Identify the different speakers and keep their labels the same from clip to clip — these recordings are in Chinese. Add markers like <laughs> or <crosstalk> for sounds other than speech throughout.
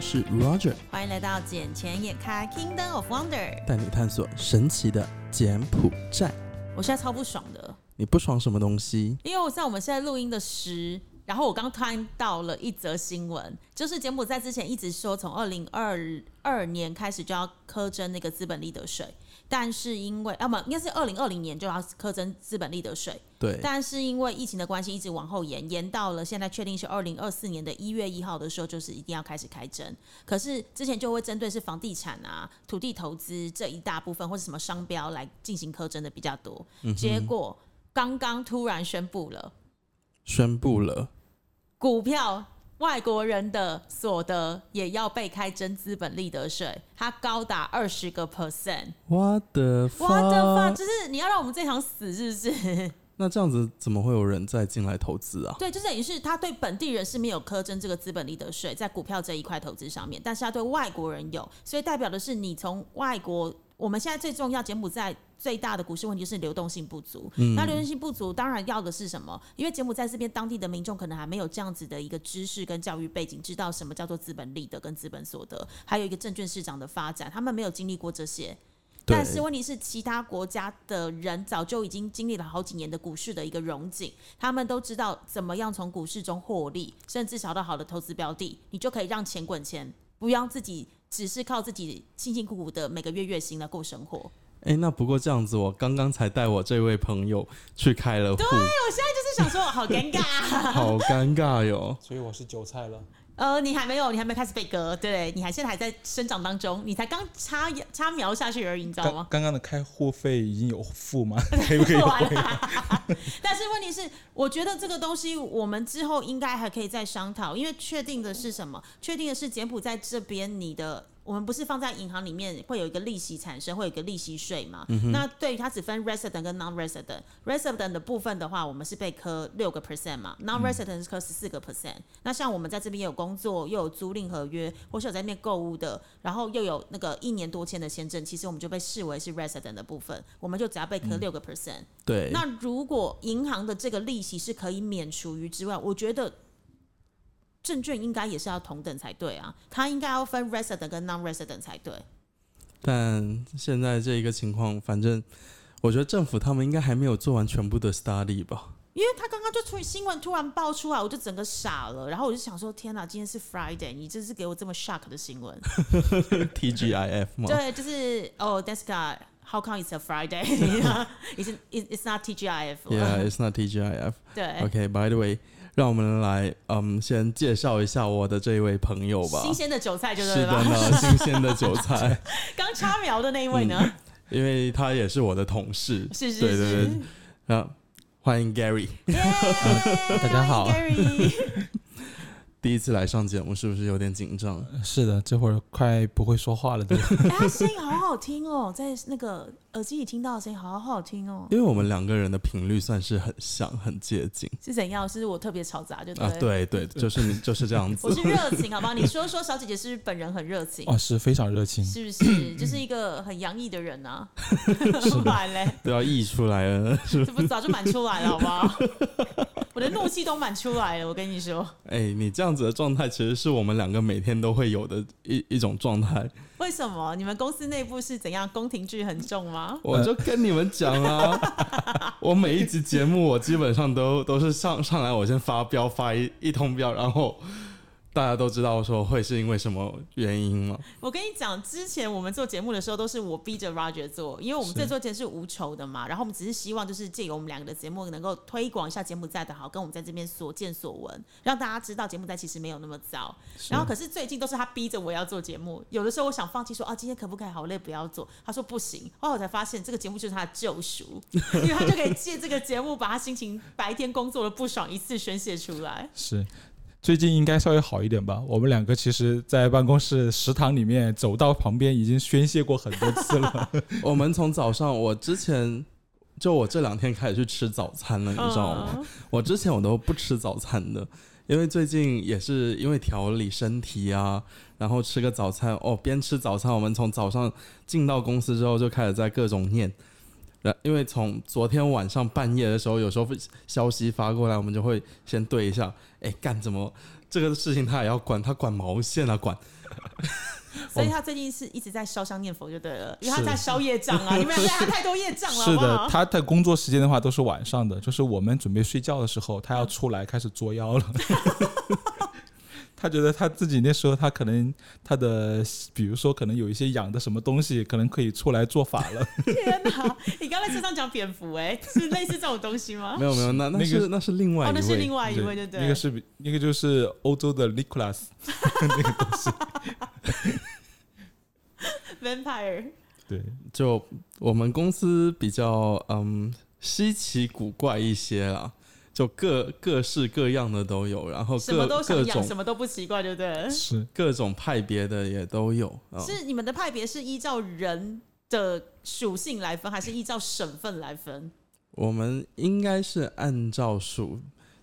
Speaker 1: 是 Roger，
Speaker 2: 欢迎来到捡钱眼开 Kingdom of Wonder。
Speaker 1: 带你探索神奇的柬埔寨。
Speaker 2: 我现在超不爽的，
Speaker 1: 你不爽什么东西？
Speaker 2: 因为我在我们现在录音的时，然后我刚看到了一则新闻，就是柬埔寨之前一直说从二零二二年开始就要苛征那个资本利得税，但是因为啊不，应该是二零二零年就要苛征资本利得税，
Speaker 1: 对，
Speaker 2: 但是因为疫情的关系，一直往后延，延到了现在确定是二零二四年的一月一号的时候，就是一定要开始开征。可是之前就会针对是房地产啊、土地投资这一大部分，或是什么商标来进行苛征的比较多。
Speaker 1: 嗯
Speaker 2: 结果刚刚突然宣布了，
Speaker 1: 宣布了，
Speaker 2: 股票外国人的所得也要被开征资本利得税，它高达二十个 percent。
Speaker 1: 我的
Speaker 2: 我的妈！就是你要让我们这场死，是不是？
Speaker 1: 那这样子怎么会有人再进来投资啊？
Speaker 2: 对，就等于是他对本地人是没有苛征这个资本利得税在股票这一块投资上面，但是他对外国人有，所以代表的是你从外国，我们现在最重要柬埔寨。最大的股市问题就是流动性不足，那流动性不足当然要的是什么？因为柬埔寨这边当地的民众可能还没有这样子的一个知识跟教育背景，知道什么叫做资本利得跟资本所得，还有一个证券市场的发展，他们没有经历过这些，
Speaker 1: 对
Speaker 2: 但是问题是，其他国家的人早就已经经历了好几年的股市的一个融景，他们都知道怎么样从股市中获利，甚至找到好的投资标的，你就可以让钱滚钱，不要自己只是靠自己辛辛苦苦的每个月月薪来过生活。我
Speaker 1: 哎、那不过这样子，我刚刚才带我这位朋友去开了户，
Speaker 2: 现在就是想说，好尴尬啊、
Speaker 1: 好尴尬哟。
Speaker 3: 所以我是韭菜了。
Speaker 2: 呃，你还没有，你还没开始被割，对你还现在还在生长当中，你才刚插插苗下去而已，你知道吗
Speaker 3: 刚？刚刚的开货费已经有付吗？可不可以回？
Speaker 2: <laughs> 但是问题是，我觉得这个东西我们之后应该还可以再商讨，因为确定的是什么？确定的是柬埔寨这边你的。我们不是放在银行里面会有一个利息产生，会有一个利息税嘛？那对于它只分 resident 跟 non-resident。resident 的部分的话，我们是被科六个 percent 嘛，non-resident 是科十四个 percent。那像我们在这边有工作，又有租赁合约，或是有在那边购物的，然后又有那个一年多签的签证，其实我们就被视为是 resident 的部分，我们就只要被科六个 percent。
Speaker 1: 对，
Speaker 2: 那如果银行的这个利息是可以免除于之外，我觉得证券应该也是要同等才对啊，它应该要分 resident 跟 non-resident 才对。
Speaker 1: 但现在这一个情况，反正我觉得政府他们应该还没有做完全部的 study 吧。
Speaker 2: 因为他刚刚就突新闻突然爆出来，我就整个傻了，然后我就想说：天哪，今天是 Friday，你这是给我这么 shock 的新闻？
Speaker 1: TGIF 吗？
Speaker 2: 对，就是哦、t h a t s God。How come it's a Friday? <laughs> it's it's not TGIF.
Speaker 1: Yeah, it's not TGIF.
Speaker 2: <laughs> 对
Speaker 1: OK, by the way，让我们来嗯，先介绍一下我的这一位朋友吧。
Speaker 2: 新鲜的韭菜就对
Speaker 1: 是
Speaker 2: 了
Speaker 1: 的
Speaker 2: 吧？
Speaker 1: 呢，新鲜的韭菜，
Speaker 2: 刚插苗的那一位呢？
Speaker 1: 因为他也是我的同事。
Speaker 2: <laughs> 是是
Speaker 1: 嗯对对
Speaker 2: 是
Speaker 1: 对。，那欢迎 Gary，
Speaker 2: 大
Speaker 1: 嗯家好
Speaker 2: Gary
Speaker 1: 第一次来上节目，是不是有点紧张？
Speaker 3: 是的，这会儿快不会说话了。对吧
Speaker 2: <laughs> 哎，他声音好好听哦，在那个耳机里听到的声音好好听哦，
Speaker 1: 因为我们两个人的频率算是很像，很接近
Speaker 2: 是怎样？是我特别嘈杂，就对
Speaker 1: 啊
Speaker 2: 了。。
Speaker 1: 对对，就是你就是这样
Speaker 2: <laughs>
Speaker 1: 子
Speaker 2: 我。是热情，好不好？你说说，小姐姐是不是本人很热情，
Speaker 3: 哦，是非常热情。
Speaker 2: 是不
Speaker 1: <clears throat>
Speaker 2: 是？就是一个很洋溢的人啊，不然
Speaker 1: <laughs>
Speaker 2: 嘞，
Speaker 1: 都要溢出来了。 <laughs>
Speaker 2: 这不早就满出来了，好不好？我的怒气都满出来了，我跟你说，
Speaker 1: 哎，你这样子的状态，其实是我们两个每天都会有的一一种状态。
Speaker 2: 为什么？你们公司内部是怎样？宫廷剧很重吗？
Speaker 1: 我就跟你们讲啊，我每一集节目我基本上都都是上上来我先发飙发一一通飙，然后大家都知道说会是因为什么原因嘛。
Speaker 2: 我跟你讲，之前我们做节目的时候，都是我逼着 Roger 做，因为我们这做节目是无酬的嘛。然后我们只是希望，就是借由我们两个的节目，能够推广一下柬埔寨的好，跟我们在这边所见所闻，让大家知道柬埔寨其实没有那么糟。然后可是最近都是他逼着我要做节目，有的时候我想放弃说啊，今天可不可以好累不要做？他说不行。哦后来我才发现，这个节目就是他的救 <laughs> 赎，因为他就可以借这个节目，把他心情白天工作的不爽一次宣泄出来。
Speaker 3: 是，最近应该稍微好一点吧。我们两个其实，在办公室食堂里面走到旁边已经宣泄过很多次了。
Speaker 1: 我们从早上，我之前就我这两天开始去吃早餐了，你知道吗？
Speaker 2: 嗯
Speaker 1: 我之前我都不吃早餐的，因为最近也是因为调理身体啊，然后吃个早餐哦，边吃早餐，我们从早上进到公司之后就开始在各种念。然因为从昨天晚上半夜的时候，有时候消息发过来，我们就会先对一下，哎，干怎么这个事情他也要管，他管毛线啊，管
Speaker 2: 所以他最近是一直在烧香念佛就对了，因为他在烧业障啊，你们俩他太多业障了，好
Speaker 3: 是
Speaker 2: 不
Speaker 3: 的，
Speaker 2: 好？
Speaker 3: 他的工作时间的话都是晚上的，就是我们准备睡觉的时候，他要出来开始作妖了。他觉得他自己那时候，他可能他的，比如说可能有一些养的什么东西，可能可以出来做法了。
Speaker 2: 天哪！你刚才车上讲蝙蝠、哎，是类似这种东西吗？
Speaker 1: 没有没有，那那
Speaker 3: 那
Speaker 1: 是
Speaker 3: 个
Speaker 1: 那是 <laughs> 另外
Speaker 2: 哦，
Speaker 1: 一
Speaker 2: 那是另
Speaker 1: 位，
Speaker 2: 外一位，对不对？
Speaker 3: 那个是比那个就是欧洲的 Nicholas 那个东西。
Speaker 2: vampire，
Speaker 3: 对，
Speaker 1: 就我们公司比较嗯稀奇古怪一些啦，就各各式各样的都有，然后
Speaker 2: 什么
Speaker 1: 哦各
Speaker 2: 都
Speaker 1: 各
Speaker 2: 想养，
Speaker 1: 种
Speaker 2: 什么都不奇怪，对不对？
Speaker 3: 是
Speaker 1: 各种派别的也都有啊。
Speaker 2: 是你们的派别是依照人的属性来分，还是依照省份来分？
Speaker 1: 我们应该是按照数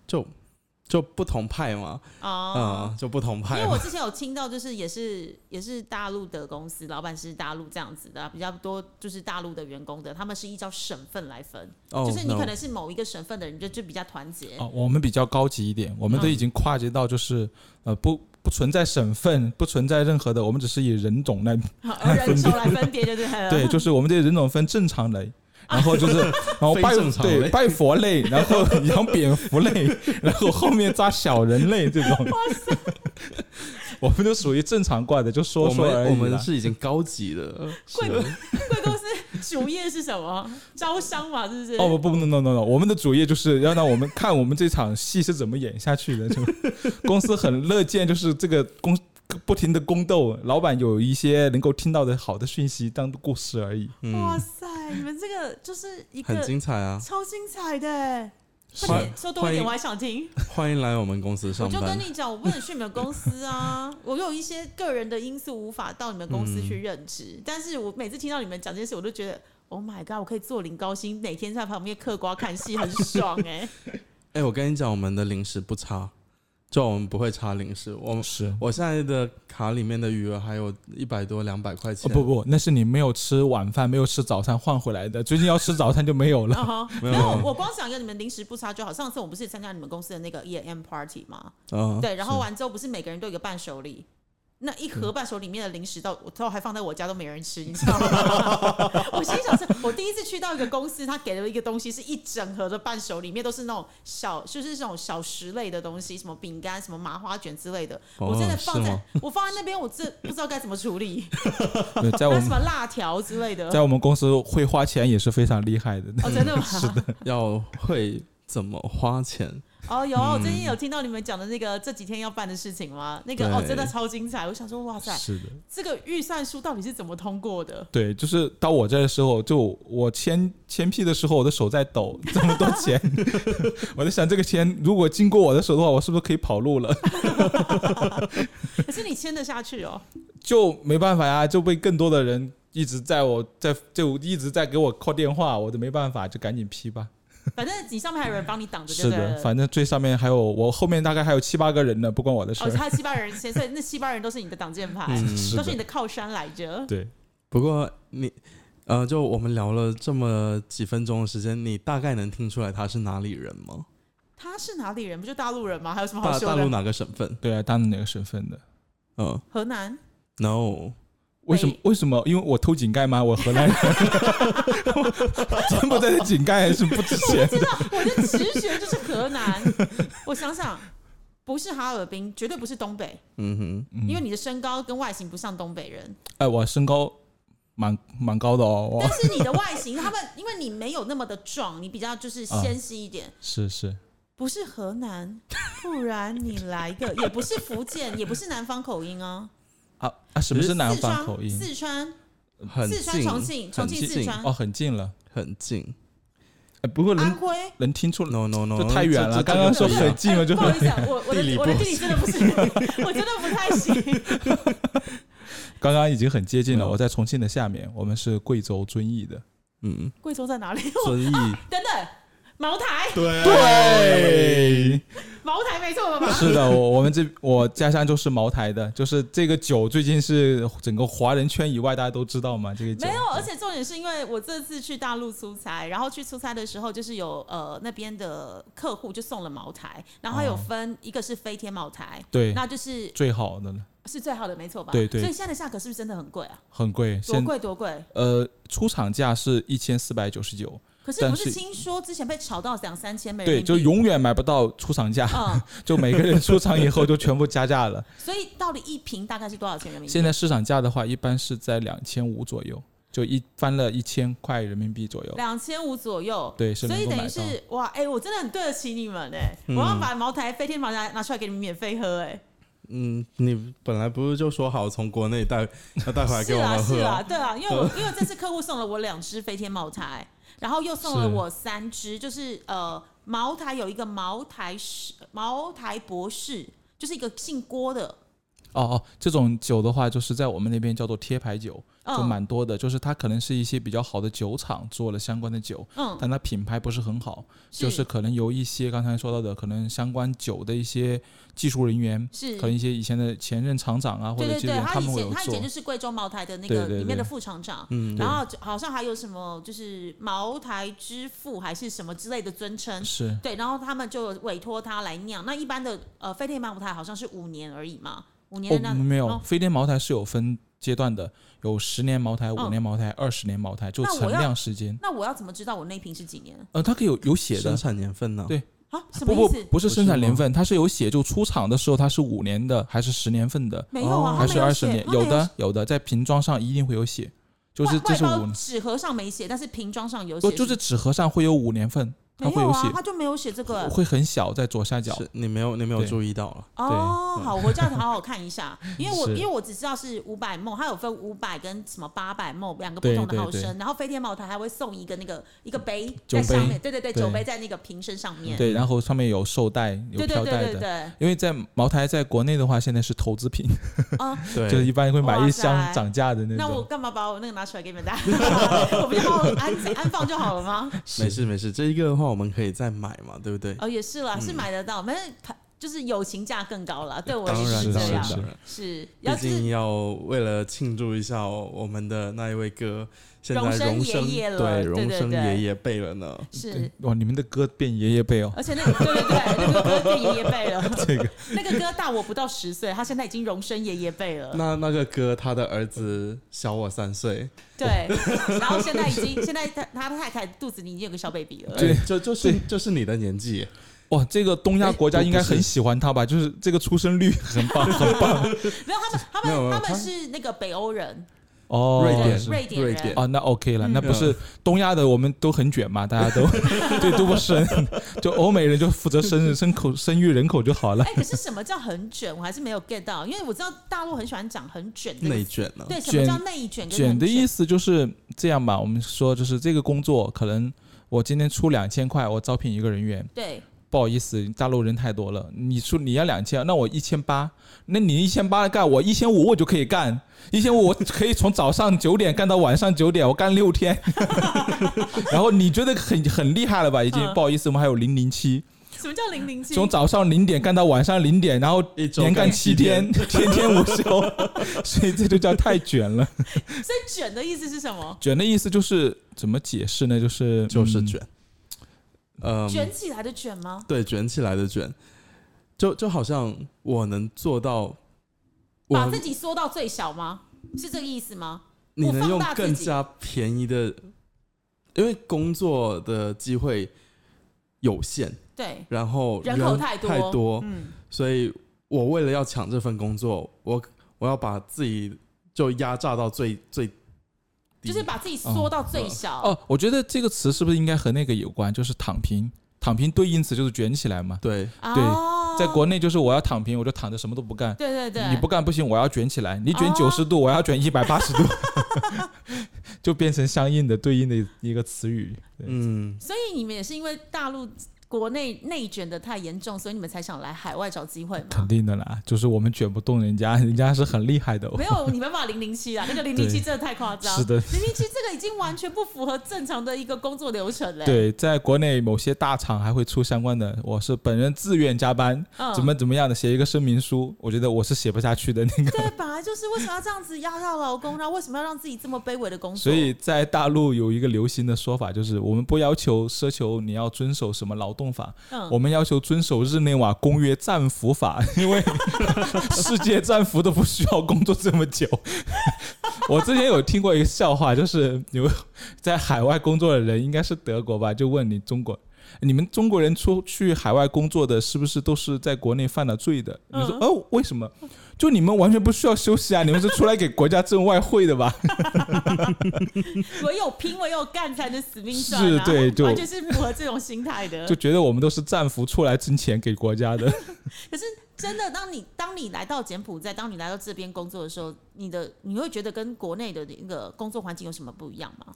Speaker 1: 就就不同派嘛，啊、
Speaker 2: 哦，
Speaker 1: 就不同
Speaker 2: 因
Speaker 1: 派啊
Speaker 2: 为
Speaker 1: 嘛
Speaker 2: 我。之前有听到，就是也是也是大陆的公司，老板是大陆这样子的，比较多就是大陆的员工的，他们是依照省份来分，
Speaker 1: 哦
Speaker 2: 就是你
Speaker 1: no
Speaker 2: 可能是某一个省份的人，就就比较团结。
Speaker 3: 啊，
Speaker 2: <laughs>
Speaker 3: 我们比较高级一点，我们都已经跨界到就是、呃不不存在省份，不存在任何的，我们只是以人种来
Speaker 2: 而人手来分别，对不
Speaker 1: <laughs>
Speaker 2: 对？
Speaker 3: 对，就是我们这人种分正常类，然后就是，然后
Speaker 1: 非
Speaker 3: 拜
Speaker 1: 正常类
Speaker 3: 对拜佛类，然后养蝙蝠类， <laughs> 然后后面扎小人类这种。 <laughs> 我们就属于正常挂的，就说
Speaker 1: 我
Speaker 3: 说而已
Speaker 1: 们
Speaker 3: 啦
Speaker 1: 我们是已经高
Speaker 2: <laughs>
Speaker 1: 级的，
Speaker 2: 贵
Speaker 1: 是啊
Speaker 2: 不贵公司 <laughs> 主业是什么？招商嘛，是不是？
Speaker 3: 哦不不不 no no no no，我们的主业就是要让我们看我们这场戏是怎么演下去的。就 <laughs> 公司很乐见就是这个公不停的宫斗，老板有一些能够听到的好的讯息当故事而已。
Speaker 2: 哇
Speaker 1: 嗯，
Speaker 2: 塞，你们这个就是一
Speaker 1: 很
Speaker 2: 个
Speaker 1: 精彩啊！
Speaker 2: 超精彩的，
Speaker 1: 是
Speaker 2: 快点说多一
Speaker 1: 欢
Speaker 2: 点，
Speaker 1: 迎
Speaker 2: 我还想听。
Speaker 1: 欢迎来我们公司
Speaker 2: 我
Speaker 1: 上
Speaker 2: 就跟
Speaker 1: 班。
Speaker 2: 你讲，我不能去你们公司啊，我有一些个人的因素无法到你们公司
Speaker 1: 嗯
Speaker 2: 去任职。但是我每次听到你们讲这件事，我都觉得。Oh my god！我可以坐领高薪，每天在旁边嗑瓜看戏，很爽哎、
Speaker 1: 哎、我跟你讲，我们的零食不差，就我们不会差零食。我们
Speaker 3: 是
Speaker 1: 我现在的卡里面的余额还有一百多两百块
Speaker 3: 哦
Speaker 1: 钱。
Speaker 3: 不不，那是你没有吃晚饭，没有吃早餐换回来的。最近要吃早餐就没有了。
Speaker 2: 然后，
Speaker 1: 没有
Speaker 2: 然后
Speaker 1: 没有
Speaker 2: 我光想要你们零食不差就好。上次我不是参加你们公司的那个 E M party 吗？
Speaker 3: 哦
Speaker 1: 嗯，
Speaker 2: 对，然后
Speaker 1: 哦是嗯
Speaker 2: 完之后不是每个人都有一个伴手礼，那一盒伴手礼里面的零食到我都还放在我家都没人吃，你知道
Speaker 1: <laughs>
Speaker 2: 吗？我心想是，我第一次去到一个公司，他给了一个东西是一整盒的伴手礼，里面都是那种小，就是这种小食类的东西，什么饼干、什么麻花卷之类的。
Speaker 1: 哦
Speaker 2: 我真的放
Speaker 1: 是
Speaker 2: 在
Speaker 1: 吗
Speaker 2: 我放在那边，我这不知道该怎么处
Speaker 1: <laughs>
Speaker 2: 理，
Speaker 3: 对在
Speaker 2: 还
Speaker 1: 哎
Speaker 3: 我
Speaker 2: 有什
Speaker 3: 们
Speaker 2: 么辣条之类的。
Speaker 3: 在我们公司会花钱也是非常厉害的。
Speaker 2: 哦，真的吗？
Speaker 1: 要会怎么花钱？
Speaker 2: 哦，有，我
Speaker 3: 嗯
Speaker 2: 最近有听到你们讲的那个这几天要办的事情吗？那个哦，
Speaker 1: 对
Speaker 2: 真的超精彩！我想说，哇塞，
Speaker 3: 是的，
Speaker 2: 这个预算书到底是怎么通过的？ <laughs>
Speaker 3: 对，就是到我这的时候，就我签签批的时候，我的手在抖，这么多钱， <laughs> 我在想这个钱如果经过我的手的话，我是不是可以跑路了？ <laughs>
Speaker 2: 可是你签得下去哦，
Speaker 3: 就没办法呀，就被更多的人一直在我在就一直在给我 call 电话，我就没办法，就赶紧批吧。
Speaker 2: 反正你上面还有人帮你挡着，对
Speaker 3: 是
Speaker 2: 不对
Speaker 3: 的，
Speaker 2: 了？
Speaker 3: 反正最上面还有我后面大概还有七八个人呢，不关我的事
Speaker 2: 哦，
Speaker 3: 儿。
Speaker 2: 他七八人签，所以那七八人都是你的挡箭牌，
Speaker 3: 嗯 <laughs> 是
Speaker 2: 都是你
Speaker 3: 的，
Speaker 2: 的靠山来着。
Speaker 3: 对。
Speaker 1: 不过你，呃，就我们聊了这么几分钟的时间，你大概能听出来他是哪里人吗？
Speaker 2: 他是哪里人？不就大陆人吗？还有什么好
Speaker 1: 大
Speaker 2: 说
Speaker 1: 大陆
Speaker 2: 哦的？
Speaker 1: 哪个省份？
Speaker 3: 对啊，当然哪个省份的？
Speaker 1: 嗯
Speaker 2: 河南，
Speaker 1: ，no，
Speaker 3: 为什么？为什么？因为我偷井盖吗？我荷兰人， <laughs> 柬埔寨的井盖是不值钱。
Speaker 2: 知道我的直觉就是河南。 <laughs> 我想想，不是哈尔滨，绝对不是东北，
Speaker 1: 嗯
Speaker 3: 嗯
Speaker 2: 因为你的身高跟外形不像东北人，
Speaker 3: 哎，我身高蛮蛮高的哦，
Speaker 2: 但
Speaker 3: <laughs> 我
Speaker 2: 是你的外形，他们因为你没有那么的壮，你比较就是
Speaker 3: 嗯
Speaker 2: 纤细一点。
Speaker 3: 是是
Speaker 2: 不是河南，不然你来一个，也不是福建，也不是南方口音啊。
Speaker 3: 啊啊，什么是南
Speaker 2: 四川，
Speaker 3: 方口音？
Speaker 2: 四川，
Speaker 1: 哼，很
Speaker 2: 四川
Speaker 1: 近，
Speaker 2: 重庆重
Speaker 1: 很
Speaker 2: 庆四
Speaker 1: 近
Speaker 2: 川
Speaker 3: 哦，很近了，
Speaker 1: 很近
Speaker 3: 哎不过
Speaker 2: 安
Speaker 3: 能
Speaker 2: 徽。
Speaker 3: 能听出来，
Speaker 1: ，no no no，
Speaker 3: 就太远了。
Speaker 1: 这
Speaker 3: 刚刚说
Speaker 1: 这个不一
Speaker 3: 很
Speaker 1: 样
Speaker 3: 近了，
Speaker 2: 哎
Speaker 3: 就
Speaker 2: 不好意思、啊，
Speaker 3: <laughs>
Speaker 2: 我我
Speaker 1: 地
Speaker 2: 的
Speaker 1: 理不
Speaker 2: 我的地理真的不是， <laughs> 我真的不太行。
Speaker 3: 刚刚已经很接近了。
Speaker 1: 嗯
Speaker 3: 我在重庆的下面，我们是贵州遵义的。
Speaker 2: <laughs>
Speaker 1: 嗯，
Speaker 2: 贵州在哪
Speaker 3: <laughs>
Speaker 2: 里？
Speaker 1: 遵义，
Speaker 2: 等等，茅台，
Speaker 1: 对，
Speaker 3: <laughs> 对，
Speaker 2: 茅台没错吧？
Speaker 3: 是的，我我们这我家乡就是茅台的，就是这个酒最近是整个华人圈以外大家都知道嘛，这个酒
Speaker 2: 没有，而且重点是因为我这次去大陆出差，然后去出差的时候，就是有呃那边的客户就送了茅台，然后还有
Speaker 3: 哦
Speaker 2: 分一个是飞天茅台，
Speaker 3: 对
Speaker 2: 那就是
Speaker 3: 最好的了。
Speaker 2: 是最好的，没错吧？
Speaker 3: 对对
Speaker 2: 所以现在的价格是不是真的很贵啊？
Speaker 3: 很贵，
Speaker 2: 多
Speaker 3: 现
Speaker 2: 贵多贵！
Speaker 3: 呃出厂价是一千四百九十九，
Speaker 2: 可是不
Speaker 3: 但
Speaker 2: 是
Speaker 3: 是
Speaker 2: 听说之前被炒到两三千美元
Speaker 3: 对，
Speaker 2: 民币？
Speaker 3: 就永远买不到出厂价，
Speaker 2: 嗯，
Speaker 3: 就每个人出厂以后就全部加价
Speaker 2: <laughs>
Speaker 3: 了。
Speaker 2: 所以到底一瓶大概是多少钱人民币？
Speaker 3: 现在市场价的话，一般是在两千五左右，就一翻了一千块人民币左右。
Speaker 2: 两千五左右。
Speaker 3: 对，是
Speaker 2: 所
Speaker 3: 能
Speaker 2: 以
Speaker 3: 够
Speaker 2: 等
Speaker 3: 买
Speaker 2: 于
Speaker 3: 到。嗯
Speaker 2: 是哇，哎、我真的很对得起你们哎、我要把茅台飞天茅台拿出来给你们免费喝哎、
Speaker 1: 嗯，你本来不是就说好从国内带要带回来
Speaker 2: 是
Speaker 1: 给我
Speaker 2: 啊
Speaker 1: 们
Speaker 2: 是
Speaker 1: 喝、
Speaker 2: 啊，对啊，因为
Speaker 3: 嗯 <laughs>
Speaker 2: 我因为这次客户送了我两支飞天茅台，然后又送了
Speaker 3: 是
Speaker 2: 我三支，就是呃茅台有一个茅台士茅台博士，就是一个姓郭的，
Speaker 3: 哦哦，这种酒的话，就是在我们那边叫做贴牌酒，就
Speaker 2: 嗯
Speaker 3: 蛮多的。就是它可能是一些比较好的酒厂做了相关的酒，
Speaker 2: 嗯，
Speaker 3: 但它品牌不是很好，就是可能由一些刚才说到的，可能相关酒的一些技术人员，
Speaker 2: 是
Speaker 3: 可能一些以前的前任厂长啊，或
Speaker 2: 对
Speaker 3: 者
Speaker 2: 对
Speaker 3: 技术
Speaker 2: 对，
Speaker 3: 员
Speaker 2: 他以
Speaker 3: 们会
Speaker 2: 前
Speaker 3: 有
Speaker 2: 他以
Speaker 3: 做
Speaker 2: 前就。是贵州茅台的那
Speaker 3: 对
Speaker 2: 个
Speaker 3: 对
Speaker 2: 里面的
Speaker 3: 对
Speaker 2: 副厂长，
Speaker 1: 嗯，
Speaker 2: 然后好像还有什么就是茅台之父还是什么之类的尊称，
Speaker 3: 是，
Speaker 2: 对，然后他们就委托他来酿。那一般的呃飞天茅台好像是五年而已嘛，五年的那、
Speaker 3: 哦，没有，
Speaker 2: 哦
Speaker 3: 飞天茅台是有分阶段的，有十年茅台、五
Speaker 2: 嗯
Speaker 3: 年茅台、二十年茅台，就
Speaker 2: 那我
Speaker 3: 陈
Speaker 2: 要
Speaker 3: 酿时间。
Speaker 2: 那我要怎么知道我那瓶是几年
Speaker 3: 呃，它可以有有写
Speaker 1: 生
Speaker 3: 的，
Speaker 1: 产年份呢、
Speaker 3: 对
Speaker 2: 啊？什么
Speaker 3: 不
Speaker 2: 意
Speaker 3: 不
Speaker 2: 思？
Speaker 3: 不是
Speaker 1: 不
Speaker 3: 生
Speaker 1: 是
Speaker 3: 产年
Speaker 1: 吗
Speaker 3: 份，它是有写，就出厂的时候它是五年的还是十年份的，
Speaker 2: 没有啊，他
Speaker 3: 哦还
Speaker 2: 没
Speaker 3: 是
Speaker 2: 有
Speaker 3: 二十
Speaker 2: 写
Speaker 3: 年？
Speaker 2: 他
Speaker 3: 有
Speaker 2: 没
Speaker 3: 的有的，在瓶装上一定会有写，就是
Speaker 2: 外
Speaker 3: 这是
Speaker 2: 外
Speaker 3: 五
Speaker 2: 包纸盒上没写，但是瓶装上有写
Speaker 3: 不
Speaker 2: 吗，
Speaker 3: 就是纸盒上会有五年份，它
Speaker 2: 没
Speaker 3: 会
Speaker 2: 有啊，
Speaker 3: 写，
Speaker 2: 他就没有写这个
Speaker 3: 会很小在左下角。
Speaker 1: 是你没有你没有
Speaker 3: 对
Speaker 1: 注意到
Speaker 3: <laughs>
Speaker 1: 了，
Speaker 2: 哦。好，我回家好好看一下，因为我
Speaker 3: 是
Speaker 2: 因为我只知道是五百梦，它有分五百跟什么八百梦两个不同的
Speaker 3: 对对
Speaker 2: 毫升，
Speaker 3: 对
Speaker 2: 然后飞天茅台还会送一个那个一个杯
Speaker 3: 酒
Speaker 2: 在上
Speaker 3: 杯
Speaker 2: 面，对对对，
Speaker 3: 对
Speaker 2: 酒杯在那个瓶身上面，
Speaker 3: 对，然后上面有绶带，有
Speaker 2: 对对
Speaker 3: 飘带
Speaker 2: 对对
Speaker 3: 的。
Speaker 2: 对，
Speaker 3: 因为在茅台在国内的话，现在是投资品，
Speaker 2: 啊，
Speaker 3: <laughs> 就是
Speaker 1: 对，
Speaker 3: 一般会买
Speaker 2: 哇
Speaker 3: 一箱
Speaker 2: 塞
Speaker 3: 涨价的那
Speaker 2: 那我
Speaker 3: 种。
Speaker 2: 干嘛把我那个拿出来给你们大
Speaker 3: <laughs>
Speaker 2: 家看？我不就好好安安放就好了吗？
Speaker 1: 没事没事，这一个的话我们可以再买嘛，对不对？
Speaker 2: <laughs> 哦，也是啦，
Speaker 1: 嗯
Speaker 2: 是买得到，反正就是友情价更高了。对呃我
Speaker 1: 当
Speaker 2: 也
Speaker 1: 然
Speaker 2: 是
Speaker 1: 当
Speaker 2: 这
Speaker 1: 然
Speaker 2: 样，
Speaker 1: 当然，
Speaker 2: 是
Speaker 1: 毕
Speaker 2: 要是
Speaker 1: 竟要为了庆祝一下哦我们的那一位哥，现
Speaker 2: 荣
Speaker 1: 在
Speaker 2: 升
Speaker 1: 荣
Speaker 2: 爷
Speaker 1: 升
Speaker 2: 爷了对
Speaker 1: 对荣
Speaker 2: 对
Speaker 1: 升
Speaker 2: 对
Speaker 1: 爷爷辈了呢。
Speaker 2: 是。
Speaker 3: 哇，你们的歌变爷爷辈哦，
Speaker 2: 而且那个对对对，那个歌对爷爷辈了，
Speaker 1: <laughs>
Speaker 3: 这个
Speaker 2: 那个歌大我不到十岁，他现在已经荣升爷爷辈了。
Speaker 1: 那那个哥他的儿子小我三岁，
Speaker 2: 对，然后现在已经现在他他太太肚子里已经有个小 baby 了。
Speaker 3: 对
Speaker 1: 哎就就是就是你的年纪，
Speaker 3: 哇，这个东亚国家
Speaker 1: 哎
Speaker 3: 应该
Speaker 1: 不是
Speaker 3: 很喜欢他吧？就是这个出生率很棒，很棒
Speaker 2: 没有他们他
Speaker 1: 没有没
Speaker 2: 们
Speaker 1: 有
Speaker 2: 他
Speaker 1: 他
Speaker 2: 们是那个北欧人，
Speaker 3: 哦。
Speaker 1: 瑞
Speaker 2: 对
Speaker 1: 典
Speaker 2: 瑞典
Speaker 1: 瑞
Speaker 2: 人
Speaker 1: 典
Speaker 3: 哦，那 OK 了，那
Speaker 1: 嗯
Speaker 3: 不是东亚的，我们都很卷嘛，大家都 <laughs> 对都不生， <laughs> 就欧美人就负责生生口生育人口就好了
Speaker 2: 哎、。可是什么叫很卷？我还是没有 get 到，因为我知道大陆很喜欢讲很卷这个
Speaker 1: 内
Speaker 2: 词，
Speaker 1: 卷呢。
Speaker 2: 对，什么
Speaker 3: 卷
Speaker 2: 叫内卷跟
Speaker 3: 卷
Speaker 2: 很
Speaker 3: 的意
Speaker 2: 思？
Speaker 3: 思就是这样吧，我们说就是这个工作可能我今天出两千块，我招聘一个人员，
Speaker 2: 对，
Speaker 3: 不好意思，大陆人太多了，你出你要两千，那我一千八，那你一千八干，我一千五我就可以干，一千五我可以从早上九点干到晚上九点，我干六天， <laughs> 然后你觉得很很厉害了吧？已经、
Speaker 2: 嗯
Speaker 3: 不好意思，我们还有零零七，
Speaker 2: 什么叫零零七？
Speaker 3: 从早上零点干到晚上零点，然后
Speaker 1: 一周
Speaker 3: 连
Speaker 1: 干
Speaker 3: 干七天，天天无休， <laughs> 所以这就叫太卷了。
Speaker 2: 所以卷的意思是什么？
Speaker 3: 卷的意思就是怎么解释呢？就是
Speaker 1: 就是
Speaker 3: 嗯
Speaker 1: 卷，嗯，
Speaker 2: 卷起来的卷吗？
Speaker 1: 对，卷起来的卷，就就好像我能做到，我
Speaker 2: 把自己缩到最小吗？是这个意思吗？
Speaker 1: 你
Speaker 2: 我
Speaker 1: 能
Speaker 2: 放
Speaker 1: 用
Speaker 2: 大自
Speaker 1: 更
Speaker 2: 己
Speaker 1: 加便宜的，因为工作的机会有限，
Speaker 2: 对，
Speaker 1: 然后
Speaker 2: 人口太多，
Speaker 1: 太
Speaker 3: 哦
Speaker 1: 多，
Speaker 2: 嗯，
Speaker 1: 所以我为了要抢这份工作，我我要把自己就压榨到最最
Speaker 2: 就
Speaker 1: 低，
Speaker 2: 是把自己缩到最小。
Speaker 3: 哦，我觉得这个词是不是应该和那个有关？就是躺平，躺平对应词就是卷起来嘛。
Speaker 1: 对
Speaker 3: 对
Speaker 2: 哦
Speaker 3: 在国内就是我要躺平，我就躺着什么都不干。
Speaker 2: 对对对，
Speaker 3: 你不干不行，我要卷起来。你卷
Speaker 2: 哦
Speaker 3: 九十度，我要卷一百八十度， <laughs> 就变成相应的对应的一个词语。对
Speaker 1: 嗯，
Speaker 2: 所以你们也是因为大陆国内内卷的太严重，所以你们才想来海外找机会
Speaker 3: 肯
Speaker 2: 吗？
Speaker 3: 定的啦，就是我们卷不动人家，人家是很厉害的哦。
Speaker 2: 没有，你们把零零七
Speaker 3: <laughs>
Speaker 2: 啦，那个零零七
Speaker 3: 对
Speaker 2: 真的太夸张。
Speaker 3: 是的，
Speaker 2: 零零七这个已经完全不符合正常的一个工作流程嘞、，
Speaker 3: 对，在国内某些大厂还会出相关的，我是本人自愿加班，
Speaker 2: 嗯
Speaker 3: 怎么怎么样的，写一个声明书，我觉得我是写不下去的那个。
Speaker 2: 对，本来就是为什么要这样子压榨劳工，然后为什么要让自己这么卑微的工作？
Speaker 3: 所以在大陆有一个流行的说法，就是我们不要求奢求你要遵守什么劳动法，
Speaker 2: 嗯，
Speaker 3: 我们要求遵守日内瓦公约战俘法， <laughs> 因为世界战俘都不需要工作这么久。 <laughs> 我之前有听过一个笑话，就是有在海外工作的人，应该是德国吧，就问你中国。你们中国人出去海外工作的，是不是都是在国内犯了罪的？你说
Speaker 2: 嗯
Speaker 3: 哦，为什么？就你们完全不需要休息啊，你们是出来给国家挣外汇的吧？
Speaker 2: 我有拼，我有干，才能死命赚、
Speaker 3: 是
Speaker 2: 啊，
Speaker 3: 对就
Speaker 2: 完全是符合这种心态的
Speaker 3: <laughs> 就。觉得我们都是战俘出来挣钱给国家的。 <laughs>
Speaker 2: 可是真的，当你当你来到柬埔寨，当你来到这边工作的时候，你的你会觉得跟国内的那个工作环境有什么不一样吗？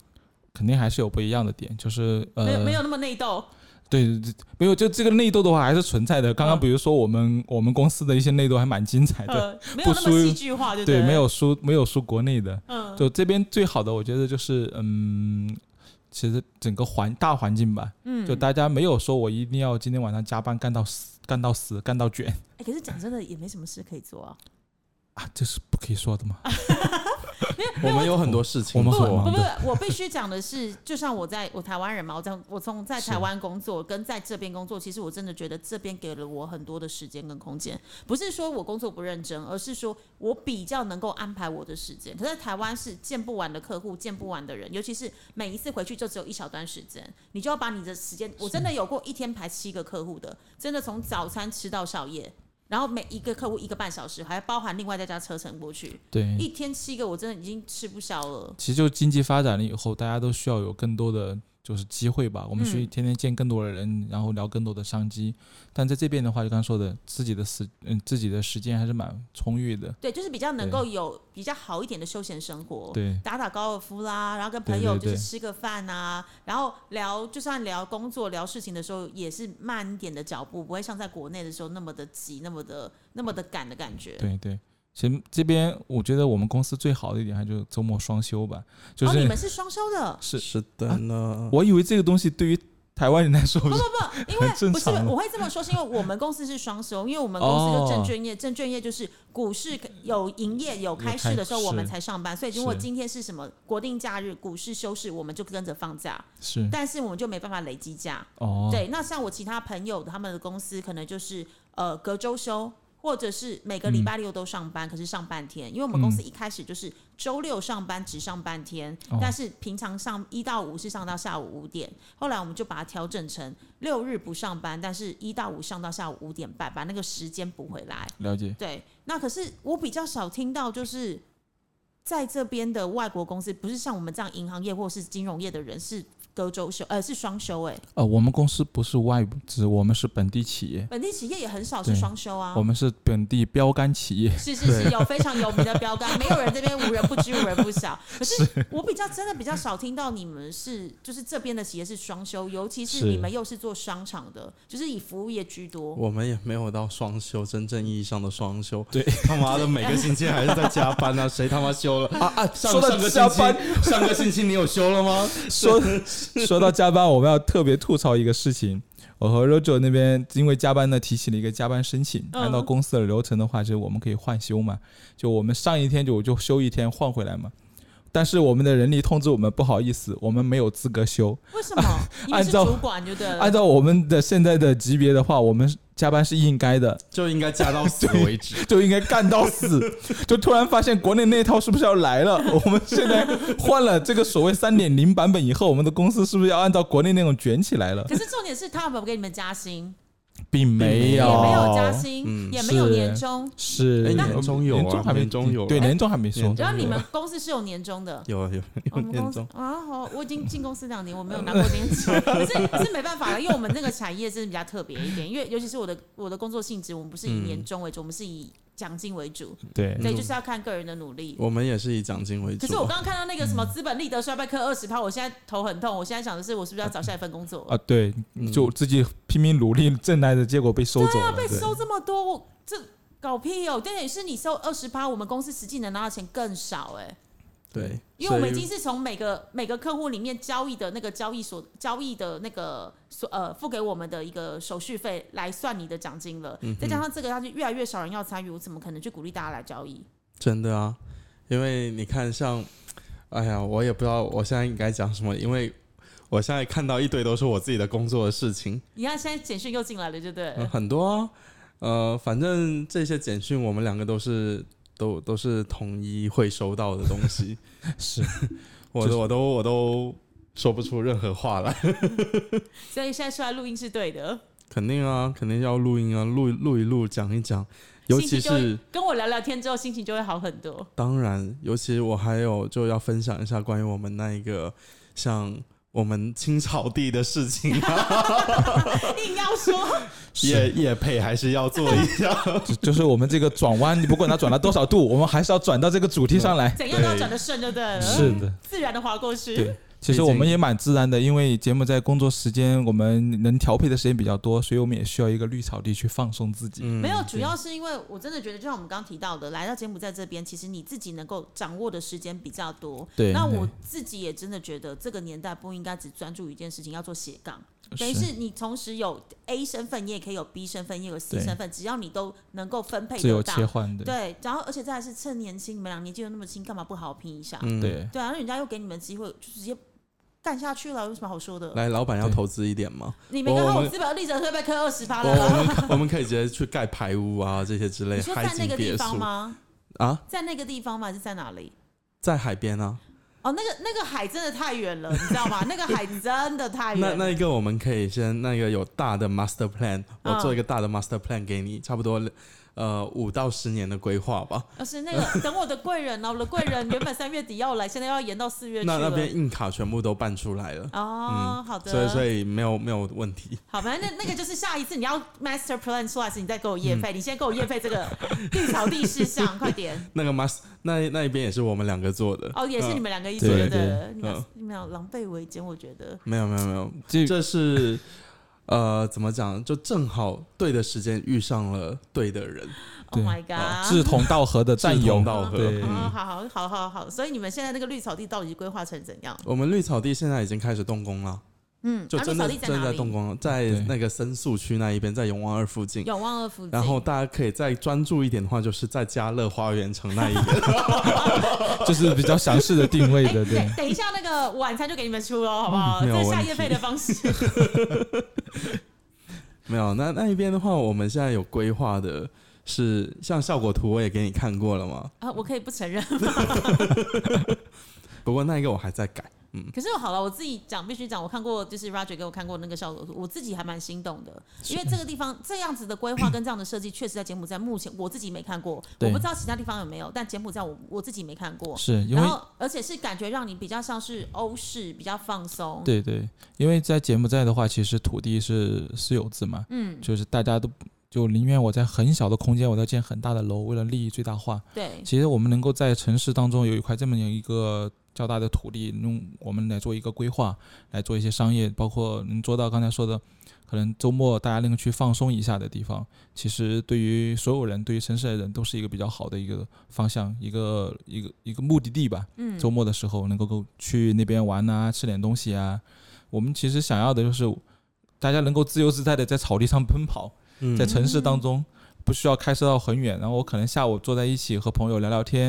Speaker 3: 肯定还是有不一样的点，就是呃，
Speaker 2: 没有没有那么内斗，
Speaker 3: 对对对，没有，就这个内斗的话还是存在的。刚刚
Speaker 2: 嗯
Speaker 3: 比如说我们、我们公司的一些内斗还蛮精彩的，
Speaker 2: 呃，没有那么
Speaker 3: 哎不输
Speaker 2: 戏剧化，对不
Speaker 3: <laughs> 对，
Speaker 2: 对，
Speaker 3: 没，有输没有输国内的。
Speaker 2: 嗯，
Speaker 3: 就这边最好的，我觉得就是嗯，其实整个环大环境吧，
Speaker 2: 嗯
Speaker 3: 就大家没有说我一定要今天晚上加班干到死干到死干到卷
Speaker 2: 哎可是讲真的，也没什么事可以做啊。
Speaker 3: 啊，这是不可以说的嘛。
Speaker 1: 我们有很多事情
Speaker 3: 我们
Speaker 2: 不
Speaker 3: 很
Speaker 1: 做
Speaker 2: 不
Speaker 1: 啊，
Speaker 3: 忙
Speaker 2: 不
Speaker 3: 的，
Speaker 2: 我必须讲的是，就像我在我台湾人嘛，我在我从在台湾工作跟在这边工作，其实我真的觉得这边给了我很多的时间跟空间。不是说我工作不认真，而是说我比较能够安排我的时间。可在台湾是见不完的客户，见不完的人，尤其是每一次回去就只有一小段时间，你就要把你的时间，我真的有过一天排七个客户的，真的从早餐吃到宵夜。然后每一个客户一个半小时，还包含另外再加车程过去，
Speaker 3: 对，
Speaker 2: 一天七个，我真的已经吃不消了。
Speaker 3: 其实就经济发展了以后，大家都需要有更多的就是机会吧。我们去
Speaker 2: 嗯
Speaker 3: 天天见更多的人，然后聊更多的商机。但在这边的话，就刚刚说的，自己的时嗯自己的时间还是蛮充裕的。
Speaker 2: 对，就是比较能够有比较好一点的休闲生活，
Speaker 3: 对
Speaker 2: 打打高尔夫啦，然后跟朋
Speaker 3: 对
Speaker 2: 友就
Speaker 3: 对
Speaker 2: 是
Speaker 3: 对
Speaker 2: 吃个饭啊，然后聊就算聊工作、聊事情的时候，也是慢一点的脚步，不会像在国内的时候那么的急、那么的、那么的赶的感觉。哦
Speaker 3: 对对，其实这边我觉得我们公司最好的一点还就是周末双休吧，就
Speaker 2: 哦，你
Speaker 3: 是、
Speaker 2: 们是双休的？
Speaker 3: 是
Speaker 1: 是的呢。
Speaker 3: 我以为这个东西对于台湾人来说
Speaker 2: 不
Speaker 3: 是
Speaker 2: 不不，因
Speaker 3: <laughs> 很正
Speaker 2: 为不是
Speaker 3: 常啊哦
Speaker 2: 我会这么说，是因为我们公司是双休，因为我
Speaker 3: <laughs>
Speaker 2: 们公司就证券业，证券业就是股市有营业有开市的时候，
Speaker 3: 有开
Speaker 2: 我们
Speaker 3: 市
Speaker 2: 才上班，所以如果
Speaker 3: 是
Speaker 2: 今天是什么国定假日，股市休市，我们就跟着放假，
Speaker 3: 是
Speaker 2: 但是我们就没办法累积假。
Speaker 3: 哦，
Speaker 2: 对，那像我其他朋友他们的公司可能就是呃隔周休，或者是每个礼
Speaker 3: 嗯
Speaker 2: 拜六都上班，可是上半天，因为我们公司一开始就是周六上班只上半天，
Speaker 3: 哦
Speaker 2: 但是平常上一到五是上到下午五点，后来我们就把它调整成六日不上班，但是一到五上到下午五点半，把那个时间补回来。
Speaker 3: 了解。
Speaker 2: 对，那可是我比较少听到，就是在这边的外国公司，不是像我们这样银行业或是金融业的人是隔周休，呃，是双休、哎。
Speaker 3: 呃，我们公司不是外资，我们是本地企业，
Speaker 2: 本地企业也很少是
Speaker 3: 对
Speaker 2: 双休啊
Speaker 3: 我。们是本地标杆企业。
Speaker 2: 是是是，有非常有名的标
Speaker 3: <laughs>
Speaker 2: 杆，没有人这边无人不知，无人不晓。可是我比较真的比较少听到你们是，就是这边的企业是双休，尤其是
Speaker 3: 是
Speaker 2: 你们又是做商场的，就是以服务业居多。
Speaker 1: 我们也没有到双休，真正意义上的双休。
Speaker 3: 对，
Speaker 1: 他妈的每个星期还是在加班啊，谁他妈休了啊啊！上
Speaker 3: 说到
Speaker 1: 上个
Speaker 3: 加
Speaker 1: 星期
Speaker 3: 班，
Speaker 1: 上个星期你有休了吗？
Speaker 3: 说说到加班，我们要特别吐槽一个事情。我和 Rojo 那边因为加班呢，提起了一个加班申请。
Speaker 2: 嗯
Speaker 3: 按照公司的流程的话，就是我们可以换休嘛，就我们上一天就就休一天换回来嘛。但是我们的人力通知我们，不好意思，我们没有资格休。
Speaker 2: 为
Speaker 3: <laughs>
Speaker 2: 什么？因为是
Speaker 3: 按照
Speaker 2: 主管，就对了。
Speaker 3: 按照我们的现在的级别的话，我们加班是应该的，
Speaker 1: 就应该加到 <laughs> 死为止。
Speaker 3: 就应该干到死。就突然发现国内那一套是不是要来了？我们现在换了这个所谓三点零版本以后，我们的公司是不是要按照国内那种卷起来了？
Speaker 2: 可是重点是他有没有给你们加薪？
Speaker 3: 并没有，
Speaker 2: 也没有加薪，
Speaker 1: 嗯
Speaker 2: 也没有
Speaker 3: 哦是
Speaker 2: 年终。
Speaker 3: 是
Speaker 1: 哎年终有啊
Speaker 3: 年终还没
Speaker 1: 年终有啊
Speaker 3: 对，年终还没说
Speaker 1: 年。终
Speaker 2: 然后你们公司是有年终的，
Speaker 1: 有啊有
Speaker 2: <laughs> 我
Speaker 3: <laughs>
Speaker 1: 有
Speaker 2: 们
Speaker 1: 年
Speaker 2: 公司
Speaker 1: 终，
Speaker 2: 啊，好，我已经 <laughs> 进公司两年，我没有拿过年
Speaker 3: <laughs>
Speaker 2: 终，可是可是没办法了，因为我们那个产业真的比较特别一点，因为尤 <laughs> 其是我的我的工作性质，我们不是以
Speaker 1: 嗯
Speaker 2: 年终为主，我们是以奖金为主，
Speaker 3: 对
Speaker 2: 所以就是要看个人的努力。
Speaker 1: 我们也是以奖金为
Speaker 2: 可是我
Speaker 1: 主啊。
Speaker 2: 刚刚看到那个什么资本利得衰败课二十趴，我现在头很痛，我现在想的是，我是不是要找下一份工作？
Speaker 3: 啊，对，
Speaker 1: 嗯
Speaker 3: 就自己拼命努力挣来的结果被收走了。
Speaker 2: 啊被
Speaker 3: 对
Speaker 2: 收这么多，我这搞屁哦！但也是你收二十趴，我们公司实际能拿到钱更少哎、
Speaker 1: 对，
Speaker 2: 因为我们已经
Speaker 1: 所
Speaker 2: 是从每个每个客户里面交易的那个交易所交易的那个所呃付给我们的一个手续费来算你的奖金了，再加上这个，它就越来越少人要参与，我怎么可能去鼓励大家来交易？
Speaker 1: 以真的啊，因为你看像，哎呀，我也不知道我现在应该讲什么，因为。我现在看到一堆都是我自己的工作的事情，
Speaker 2: 你看现在简讯又进来了，对不对？
Speaker 1: 呃很多啊、呃，反正这些简讯我们两个都是都都是统一会收到的东 <laughs> 西，
Speaker 3: 是
Speaker 1: 我
Speaker 3: 就是
Speaker 1: 都我都我都说不出任何话来。
Speaker 2: <laughs> 所以现在出来录音是对的，
Speaker 1: 肯定啊，肯定要录音啊，录录一录，讲一讲，尤
Speaker 2: 心
Speaker 1: 其
Speaker 2: 情就会
Speaker 1: 是
Speaker 2: 跟我聊聊天之后，心情就会好很多。 <laughs>
Speaker 1: 当然，尤其我还有就要分享一下关于我们那一个像我们青草地的事情
Speaker 2: <laughs>
Speaker 1: 啊，
Speaker 2: 硬要说，
Speaker 1: 叶叶配还是要做一下。
Speaker 3: 就 <laughs> 就是我们这个转弯，你不管它转了多少度，我 <laughs> 们还是要转到这个主题上来。
Speaker 2: 怎样都要转得顺，就对了，
Speaker 3: 是的，
Speaker 2: 自然的划过去
Speaker 3: 对。。其实我们也蛮自然的，因为节目在工作时间，我们能调配的时间比较多，所以我们也需要一个绿草地去放松自己。
Speaker 2: <laughs>
Speaker 1: 嗯
Speaker 2: 没有，主要是因为我真的觉得，就像我们刚刚提到的，来到柬埔寨这边，其实你自己能够掌握的时间比较多。
Speaker 3: 对
Speaker 2: 那我
Speaker 3: 对
Speaker 2: 自己也真的觉得，这个年代不应该只专注一件事情，要做斜杠。
Speaker 3: 是
Speaker 2: 等于是你同时有 A 身份，你也可以有 B 身份，也有 C
Speaker 3: 对
Speaker 2: 身份，只要你都能够分配
Speaker 3: 自由
Speaker 2: 得到
Speaker 3: 切。换的，
Speaker 2: 对，然后而且再来是趁年轻，你们俩年纪又那么轻，干嘛不好好拼一下？
Speaker 1: 嗯，
Speaker 3: 对，
Speaker 2: 对啊，那人家又给你们机会，就直接干下去了，有什么好说的？
Speaker 1: 来，老板要
Speaker 3: 对
Speaker 1: 投资一点吗？
Speaker 2: 你没看到
Speaker 1: 我
Speaker 2: 我
Speaker 1: 们
Speaker 2: 资本利得会被扣二十趴
Speaker 1: 我
Speaker 2: 了吗？
Speaker 1: 我们我们可以直接去盖排屋啊，这些之类
Speaker 2: 你，说
Speaker 1: 海
Speaker 2: 在那
Speaker 1: 景
Speaker 2: 个地
Speaker 1: 别
Speaker 2: 方
Speaker 1: 墅
Speaker 2: 吗？
Speaker 1: 啊，
Speaker 2: 在那个地方吗？还是在哪里？
Speaker 1: 在海边啊。
Speaker 2: 哦，那个那个海真的太远了，你知道
Speaker 1: <laughs>
Speaker 2: 吗？那个海真的太
Speaker 1: 那
Speaker 2: 远了。
Speaker 1: 那一个我们可以先那个有大的 master plan，我
Speaker 2: 嗯
Speaker 1: 做一个大的 master plan 给你，差不多呃五到十年的规划吧。
Speaker 2: 而哦是那个等我的贵人呢、哦我的贵人原本三月底要来，现在要延到四月去
Speaker 1: 那
Speaker 2: 了。
Speaker 1: 那边硬卡全部都办出来了，
Speaker 2: 哦，好的。
Speaker 1: 所以所以没有没有问题。
Speaker 2: 好，反正那那个就是下一次你要 master plan 出来时，你再给我业
Speaker 1: 嗯
Speaker 2: 费，你先给我业费这
Speaker 1: <laughs>
Speaker 2: 个地草地事项，快点。
Speaker 1: 那个 mas 那那一边也是我们两个做的
Speaker 2: 哦，也是
Speaker 1: 嗯
Speaker 2: 你们两个一起做
Speaker 3: 对
Speaker 2: 的，你们
Speaker 1: 嗯
Speaker 2: 你们俩狼狈为奸，我觉得。
Speaker 1: 没有没有没有，
Speaker 3: 这
Speaker 1: 这是呃怎么讲？就正好对的时间遇上了对啊的人，
Speaker 2: Oh
Speaker 3: 对
Speaker 2: my god！
Speaker 3: 志同道合的战
Speaker 1: 志同
Speaker 3: 友，
Speaker 1: 道合。
Speaker 3: 对
Speaker 2: 哦，
Speaker 1: 嗯
Speaker 2: 好好好好好，所以你们现在那个绿草地到底规划成怎样？
Speaker 1: 我们绿草地现在已经开始动工了，
Speaker 2: 嗯，
Speaker 1: 就
Speaker 2: 啊
Speaker 1: 真
Speaker 2: 绿草
Speaker 1: 的
Speaker 2: 地在
Speaker 1: 真的
Speaker 2: 哪
Speaker 1: 在
Speaker 2: 里？
Speaker 1: 动工了，在
Speaker 3: 对
Speaker 1: 那个深宿区那一边，在永旺二附近。
Speaker 2: 永旺二附近。
Speaker 1: 然后大家可以再专注一点的话，就是在家乐花园城那一
Speaker 2: <laughs>
Speaker 1: 边。
Speaker 3: 就是比较详细的定位
Speaker 2: 哎，
Speaker 3: 的，对
Speaker 2: 等。等一下，那个晚餐就给你们出
Speaker 3: <laughs>
Speaker 2: 喽，好不好？
Speaker 1: 嗯没有
Speaker 2: 这是下
Speaker 1: 问
Speaker 2: 夜费
Speaker 1: 题
Speaker 2: 的方式。
Speaker 1: 没有，那那一边的话，我们现在有规划的是，像效果图我也给你看过了嘛。
Speaker 2: 啊，我可以不承认。
Speaker 1: 不过那一个我还在改。
Speaker 2: 可是好了，我自己讲，必须讲，我看过，就是 Roger 给我看过那个效果图，我自己还蛮心动的，因为这个地方这样子的规划跟这样的设计，确实在柬埔寨目前我自己没看过，我
Speaker 3: 对
Speaker 2: 不知道其他地方有没有，但柬埔寨我我自己没看过。
Speaker 3: 是因为
Speaker 2: 然后，而且是感觉让你比较像是欧式，比较放松。
Speaker 3: 对对，因为在柬埔寨的话，其实土地是私有制嘛，
Speaker 2: 嗯，
Speaker 3: 就是大家都就宁愿我在很小的空间，我要建很大的楼，为了利益最大化。
Speaker 2: 对，
Speaker 3: 其实我们能够在城市当中有一块这么样一个较大的土地，用我们来做一个规划，来做一些商业，包括能做到刚才说的，可能周末大家能够去放松一下的地方，其实对于所有人，对于城市的人都是一个比较好的一个方向，一个一个一个目的地吧。
Speaker 2: 嗯，
Speaker 3: 周末的时候能够够去那边玩啊，吃点东西啊。我们其实想要的就是大家能够自由自在的在草地上奔跑，
Speaker 1: 嗯
Speaker 3: 在城市当中不需要开车到很远，然后我可能下午坐在一起和朋友聊聊天，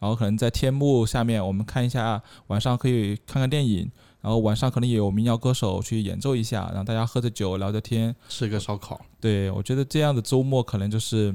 Speaker 3: 然后可能在天幕下面我们看一下，晚上可以看看电影，然后晚上可能也有民谣歌手去演奏一下，然后大家喝着酒聊着天。
Speaker 1: 吃个烧烤，
Speaker 3: 对我觉得这样的周末可能就是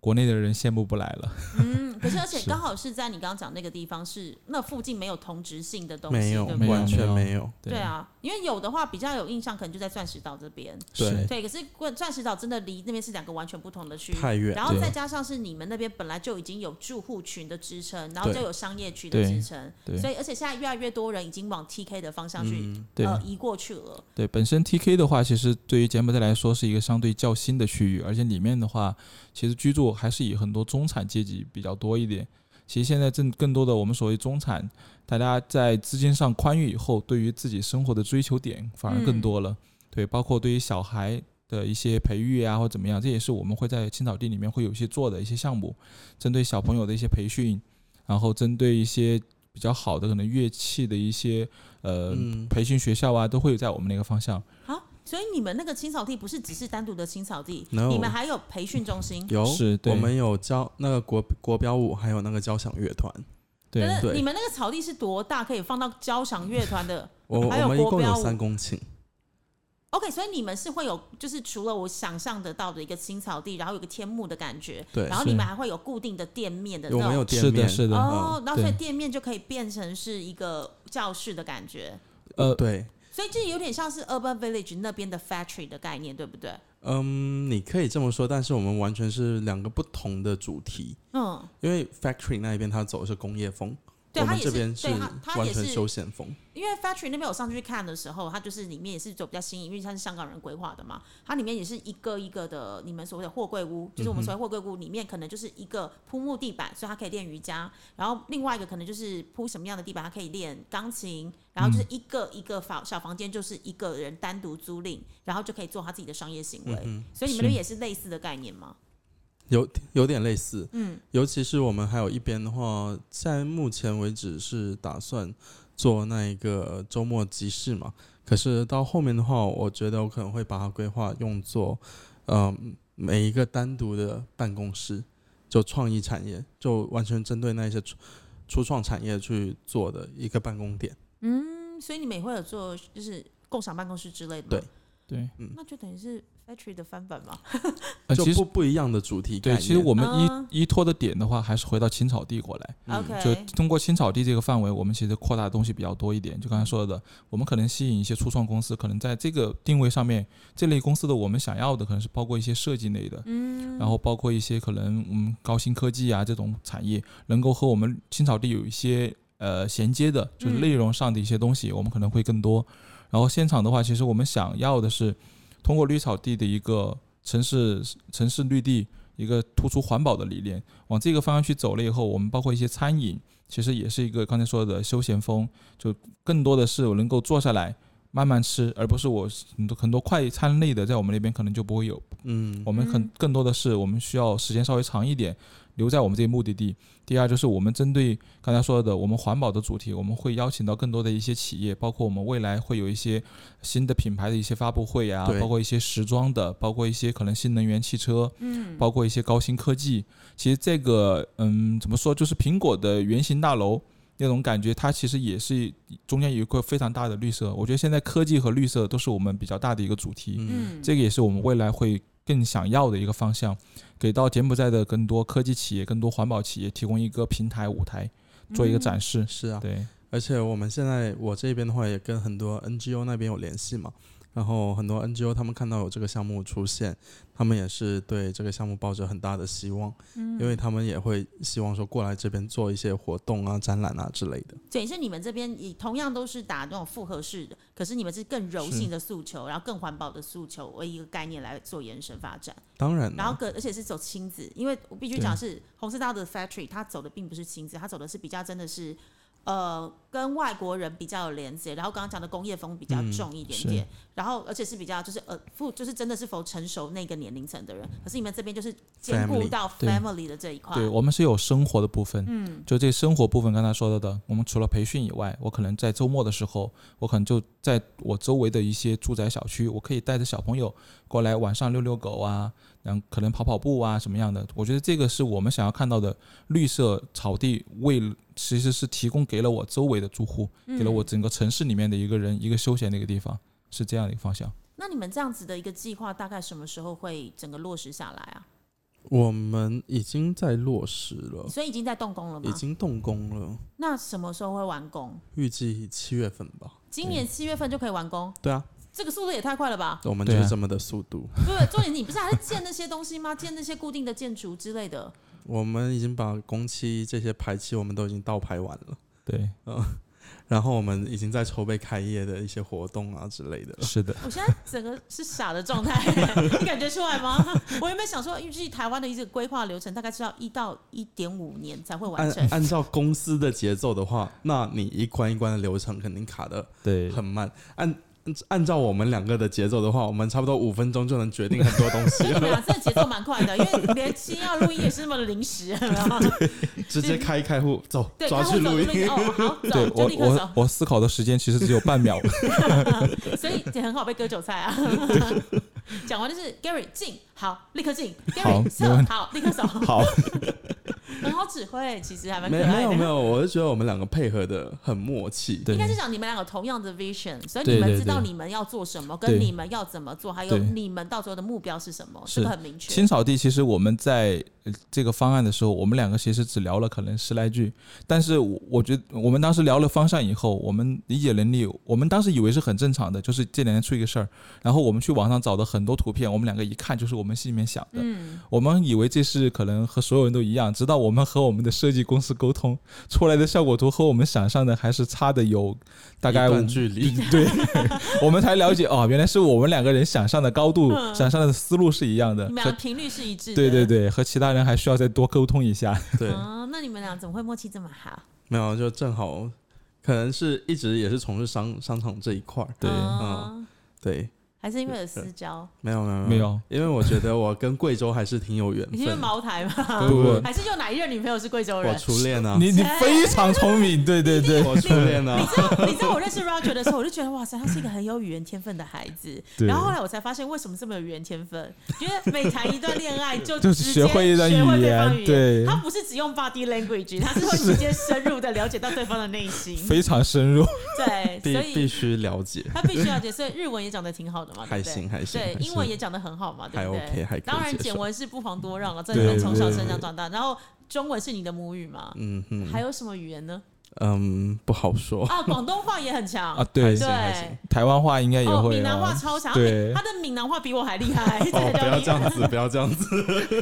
Speaker 3: 国内的人羡慕不来了。
Speaker 2: 嗯，可是而且
Speaker 3: 是
Speaker 2: 刚好是在你刚刚讲那个地方是，那附近没有同质性的东西，
Speaker 1: 没有
Speaker 2: 对，不对
Speaker 1: 完全
Speaker 3: 没有
Speaker 1: 没有。
Speaker 2: 对，啊，因为有的话比较有印象，可能就在钻石岛这边。
Speaker 1: 对
Speaker 3: 是
Speaker 2: 对，可是钻钻石岛真的离那边是两个完全不同的区域，
Speaker 1: 太远
Speaker 2: 然后
Speaker 3: 对
Speaker 2: 再加上是你们那边本来就已经有住户群的支撑，然后
Speaker 3: 对
Speaker 2: 就有商业区的
Speaker 3: 对
Speaker 2: 支撑，
Speaker 3: 对
Speaker 2: 所以而且现在越来越多人已经往 TK 的方向去、
Speaker 1: 嗯，
Speaker 3: 对。
Speaker 2: 呃移过去了。
Speaker 3: 对，本身 TK 的话，其实对于柬埔寨来说是一个相对较新的区域，而且里面的话，其实居住还是以很多中产阶级比较多一点。其实现在正更多的我们所谓中产，大家在资金上宽裕以后，对于自己生活的追求点反而更多了。对，包括对于小孩的一些培育啊，或怎么样，这也是我们会在青草地里面会有一些做的一些项目，针对小朋友的一些培训，然后针对一些比较好的可能乐器的一些呃、
Speaker 1: 嗯
Speaker 3: 培训学校啊，都会有在我们那个方向。
Speaker 2: 好，啊所以你们那个青草地不是只是单独的青草地
Speaker 1: No
Speaker 2: 你们还有培训中心。
Speaker 1: 有
Speaker 3: 是对
Speaker 1: 我们有交那个国国标舞，还有那个交响乐团。
Speaker 3: 对
Speaker 2: 可是
Speaker 1: 对
Speaker 2: 你们那个草地是多大，可以放到交响乐团的？
Speaker 1: 我
Speaker 2: 还有
Speaker 1: 我们一
Speaker 2: 国
Speaker 1: 共
Speaker 2: 标
Speaker 1: 有
Speaker 2: 舞
Speaker 1: 三公顷，
Speaker 2: OK，所以你们是会有，就是除了我想象得到的一个青草地，然后有个天幕的感觉，
Speaker 1: 对
Speaker 2: 然后你
Speaker 3: 是
Speaker 2: 们还会有固定的店面的
Speaker 1: 我
Speaker 2: 那
Speaker 1: 们有
Speaker 2: 种。
Speaker 1: 店面，嗯
Speaker 3: 是的是的
Speaker 2: 哦，然后所以
Speaker 3: 对
Speaker 2: 店面就可以变成是一个教室的感觉，
Speaker 3: 呃，
Speaker 1: 对，
Speaker 2: 所以这有点像是 Urban Village 那边的 factory 的概念，对不对？
Speaker 1: 嗯，你可以这么说，但是我们完全是两个不同的主题，
Speaker 2: 嗯，
Speaker 1: 因为 factory 那一边它走的是工业风，
Speaker 2: 对
Speaker 1: 我
Speaker 2: 它
Speaker 1: 们
Speaker 2: 也
Speaker 1: 这边
Speaker 2: 是对它它
Speaker 1: 完
Speaker 2: 也
Speaker 1: 全
Speaker 2: 是
Speaker 1: 休闲风。
Speaker 2: 因为 Factory 那边我上去看的时候，它就是里面也是走比较新颖，因为它是香港人规划的嘛。它里面也是一个一个的，你们所谓的货柜屋，就是我们所谓货柜屋里面可能就是一个铺木地板，所以它可以练瑜伽；然后另外一个可能就是铺什么样的地板，它可以练钢琴。然后就是一个一个房小房间，就是一个人单独租赁，然后就可以做他自己的商业行为。所以你们那边也是类似的概念吗？
Speaker 1: 有有点类似，
Speaker 2: 嗯，
Speaker 1: 尤其是我们还有一边的话，在目前为止是打算做那一个周末集市嘛，可是到后面的话，我觉得我可能会把它规划用作，呃，每一个单独的办公室，就创意产业，就完全针对那一些初初创产业去做的一个办公点。
Speaker 2: 嗯，所以你们也会有做就是共享办公室之类的吗？
Speaker 1: 对
Speaker 3: 对，
Speaker 2: 那就等于是 Factory 的翻版嘛。
Speaker 3: 呃，
Speaker 1: 就
Speaker 3: 其
Speaker 1: 不
Speaker 3: 实
Speaker 1: 不一啊样的主题概
Speaker 3: 对，
Speaker 1: 念。
Speaker 3: 其实我们
Speaker 2: 嗯
Speaker 3: 依依托的点的话，还是回到青草地过来。
Speaker 1: 嗯
Speaker 2: OK，
Speaker 3: 就通过青草地这个范围，我们其实扩大的东西比较多一点。就刚才说的，我们可能吸引一些初创公司，可能在这个定位上面，这类公司的我们想要的可能是包括一些设计类的，嗯，然后包括一些可能嗯高新科技啊这种产业，能够和我们青草地有一些呃衔接的，就是
Speaker 2: 嗯
Speaker 3: 内容上的一些东西，我们可能会更多。然后现场的话，其实我们想要的是通过绿草地的一个城市城市绿地。一个突出环保的理念，往这个方向去走了以后，我们包括一些餐饮，其实也是一个刚才说的休闲风，就更多的是我能够坐下来慢慢吃，而不是我很多很多快餐类的在我们那边可能就不会有，
Speaker 1: 嗯
Speaker 3: 我们很
Speaker 2: 嗯
Speaker 3: 更多的是我们需要时间稍微长一点留在我们这些目的地。第二就是我们针对刚才说的我们环保的主题，我们会邀请到更多的一些企业，包括我们未来会有一些新的品牌的一些发布会啊，
Speaker 1: 对
Speaker 3: 包括一些时装的，包括一些可能新能源汽车，
Speaker 2: 嗯，
Speaker 3: 包括一些高新科技。其实这个，嗯，怎么说，就是苹果的圆形大楼那种感觉，它其实也是中间有一块非常大的绿色。我觉得现在科技和绿色都是我们比较大的一个主题，
Speaker 1: 嗯，
Speaker 3: 这个也是我们未来会更想要的一个方向，给到柬埔寨的更多科技企业、更多环保企业提供一个平台舞台，做一个展嗯示。
Speaker 1: 是啊，
Speaker 3: 对，
Speaker 1: 而且我们现在我这边的话也跟很多 NGO 那边有联系嘛，然后很多 NGO 他们看到有这个项目出现，他们也是对这个项目抱着很大的希望，因为他们也会希望说过来这边做一些活动啊、展览啊之类的。
Speaker 2: 对，是你们这边也同样都是打那种复合式的，可是你们是更柔性的诉求，然后更环保的诉求为一个概念来做延伸发展，
Speaker 1: 当然
Speaker 2: 然后
Speaker 3: 嗯
Speaker 1: 啦，
Speaker 2: 个而且是走亲子，因为我必须讲是红色大道的 factory，它走的并不是亲子，它走的是比较真的是。呃，跟外国人比较有连接，然后刚刚讲的工业风比较
Speaker 1: 嗯
Speaker 2: 重一点
Speaker 3: 是
Speaker 2: 点，然后而且是比较就是呃，父就是真的是否成熟那个年龄层的人，可是你们这边就是兼顾
Speaker 1: Family，
Speaker 2: 到
Speaker 3: 对
Speaker 2: family 的这一块，
Speaker 3: 对我们是有生活的部分，嗯，就这生活部分，刚才说到的，我们除了培训以外，我可能在周末的时候，我可能就在我周围的一些住宅小区，我可以带着小朋友过来晚上遛遛狗啊，然后可能跑跑步啊什么样的，我觉得这个是我们想要看到的绿色草地为其实是提供给了我周围的住户，给了
Speaker 2: 嗯
Speaker 3: 我整个城市里面的一个人一个休闲的一个地方，是这样的一个方向。
Speaker 2: 那你们这样子的一个计划，大概什么时候会整个落实下来啊？
Speaker 1: 我们已经在落实了，
Speaker 2: 所以已经在动工了吗？
Speaker 1: 哦已经动工了，
Speaker 2: 那什么时候会完工？
Speaker 1: 预计七月份吧。
Speaker 2: 今年七月份就可以完工，
Speaker 1: 对啊，！
Speaker 2: 这个速度也太快了吧
Speaker 1: 我们就
Speaker 3: 对啊
Speaker 1: 是这么的速度。
Speaker 2: 不是，重点你不是还在建那些东西吗？建那些固定的建筑之类的。
Speaker 1: 我们已经把工期这些排期我们都已经倒排完了，
Speaker 3: 对，
Speaker 1: 然后我们已经在筹备开业的一些活动啊之类的了。
Speaker 3: <laughs> 是的，
Speaker 2: 我现在整个是傻的状态，你感觉出来吗？我原本想说，预计台湾的一个规划流程大概是要一到一点五年才会完
Speaker 1: 按
Speaker 2: 成。
Speaker 1: 按照公司的节奏的话，那你一关一关的流程肯定卡的
Speaker 3: <laughs>
Speaker 2: <laughs>
Speaker 3: 对
Speaker 1: 很慢。按按照我们两个的节奏的话，我们差不多五分钟就能决定很多东西
Speaker 2: <laughs> 所以你们俩真的节奏蛮快的，因为连新要录音也是那么的临时，有没有
Speaker 1: 直接开开户走
Speaker 2: 对，，
Speaker 1: <laughs> 抓
Speaker 2: 看
Speaker 1: 去
Speaker 2: 护走
Speaker 1: 录
Speaker 2: 录
Speaker 1: 音。
Speaker 2: 音哦，好，走
Speaker 3: 对
Speaker 2: 就
Speaker 3: 我
Speaker 2: 立刻走
Speaker 3: 我。我思考的时间其实只有
Speaker 2: <laughs>
Speaker 3: 半秒。
Speaker 2: 所以也很好被割韭菜啊。 <laughs> 讲完就是 Gary 进，好，立刻进
Speaker 3: 好
Speaker 2: ；Gary
Speaker 3: 没
Speaker 2: 射
Speaker 3: 问，题
Speaker 2: 好，立刻守。
Speaker 3: 好，
Speaker 2: <laughs> 很好指挥，其实还蛮可
Speaker 1: 没
Speaker 2: 爱的。
Speaker 1: 没有没有，我是觉得我们两个配合的很默契。
Speaker 3: 对
Speaker 2: 应该是讲你们俩有同样的 vision，所以
Speaker 3: 对
Speaker 2: 你们
Speaker 3: 对
Speaker 2: 知道
Speaker 3: 对
Speaker 2: 你们要做什么，
Speaker 3: 对
Speaker 2: 跟你们要怎么做，还有
Speaker 3: 对
Speaker 2: 你们到时候的目标是什么，这
Speaker 3: 是
Speaker 2: 个很明确
Speaker 3: 青。草地其实我们在呃这个方案的时候，我们两个其实只聊了可能十来句，但是我我觉得我们当时聊了方向以后，我们理解能力，我们当时以为是很正常的，就是这两天出一个事儿，然后我们去网上找的很多图片，我们两个一看就是我们心里面想的，
Speaker 2: 嗯，
Speaker 3: 我们以为这是可能和所有人都一样，直到我们和我们的设计公司沟通出来的效果图和我们想象的还是差的有大概
Speaker 1: 一
Speaker 3: 五
Speaker 1: 段距离，
Speaker 3: 对，我们才了解哦，原来是我们两个人想象的高度、
Speaker 2: 嗯
Speaker 3: 想象的思路是一样的
Speaker 2: 你，们俩
Speaker 3: 和
Speaker 2: 的频率是一致的。
Speaker 3: 对对。对，和其他人还需要再多沟通一下。
Speaker 1: <laughs> 对，
Speaker 2: 哦，那你们俩怎么会默契这么好？
Speaker 1: 没有就正好，可能是一直也是从事商商场这一块儿。
Speaker 3: 对
Speaker 1: 嗯
Speaker 2: 哦
Speaker 1: 对，
Speaker 2: 还是因为有私
Speaker 3: <laughs>
Speaker 2: 交，
Speaker 1: 没有没有
Speaker 3: 没，有，
Speaker 1: 因为我觉得我跟贵州还是挺有缘
Speaker 2: 你是因为
Speaker 1: 分的。
Speaker 2: 茅台吗？
Speaker 3: 不不
Speaker 2: 还是就哪一任女朋友是贵州
Speaker 1: 我
Speaker 2: 人？
Speaker 1: 初恋啊，
Speaker 3: 你
Speaker 2: <laughs>
Speaker 3: 你非常聪明，对对对
Speaker 1: <laughs> 我初恋啊
Speaker 2: 你，知道，你知道我认识 Roger 的时候，我就觉得哇塞，他是一个很有语言天分的孩子。
Speaker 3: 对
Speaker 2: 然后后来我才发现，为什么这么有语言天分？因为每谈一段恋爱就
Speaker 3: 就
Speaker 2: 直接
Speaker 3: 学会一段
Speaker 2: 学会对方
Speaker 3: 语言
Speaker 2: 语
Speaker 3: 对
Speaker 2: 他不是只用 body language，他是会直接深入的了解到对方的内心。
Speaker 3: 非常深入。
Speaker 2: 对，
Speaker 1: <laughs> 必
Speaker 2: 所
Speaker 1: 必
Speaker 2: 以
Speaker 1: 须了解，
Speaker 2: 他必须要解。所以日文也讲的挺好的嘛，对
Speaker 1: 还
Speaker 2: 不对
Speaker 1: 行？还行。
Speaker 2: 对，英文也讲的很好嘛，对不对？
Speaker 1: 还 OK，还可以
Speaker 2: 当然，
Speaker 1: 接受
Speaker 2: 简文是不遑多让了，啊这
Speaker 3: 对
Speaker 2: 你从小
Speaker 3: 对
Speaker 2: 生长长大。然后中文是你的母语嘛？
Speaker 1: 嗯
Speaker 2: 还
Speaker 1: 嗯
Speaker 2: 有什么语言呢？
Speaker 1: 嗯，不
Speaker 2: <laughs>
Speaker 1: 好说。
Speaker 2: 啊，广东话也很强
Speaker 3: 啊对
Speaker 1: 还行还
Speaker 2: 对
Speaker 1: 行。
Speaker 3: 台湾话应该也
Speaker 2: 哦，
Speaker 3: 会
Speaker 2: 闽南话
Speaker 3: 啊，
Speaker 2: 超强，哎
Speaker 3: 对
Speaker 2: 他的闽南话比我还厉害，这
Speaker 1: 哦，
Speaker 2: 个
Speaker 1: 不要
Speaker 2: 叫
Speaker 1: 这
Speaker 2: 厉害。
Speaker 1: 样子，不要这样子。 <laughs>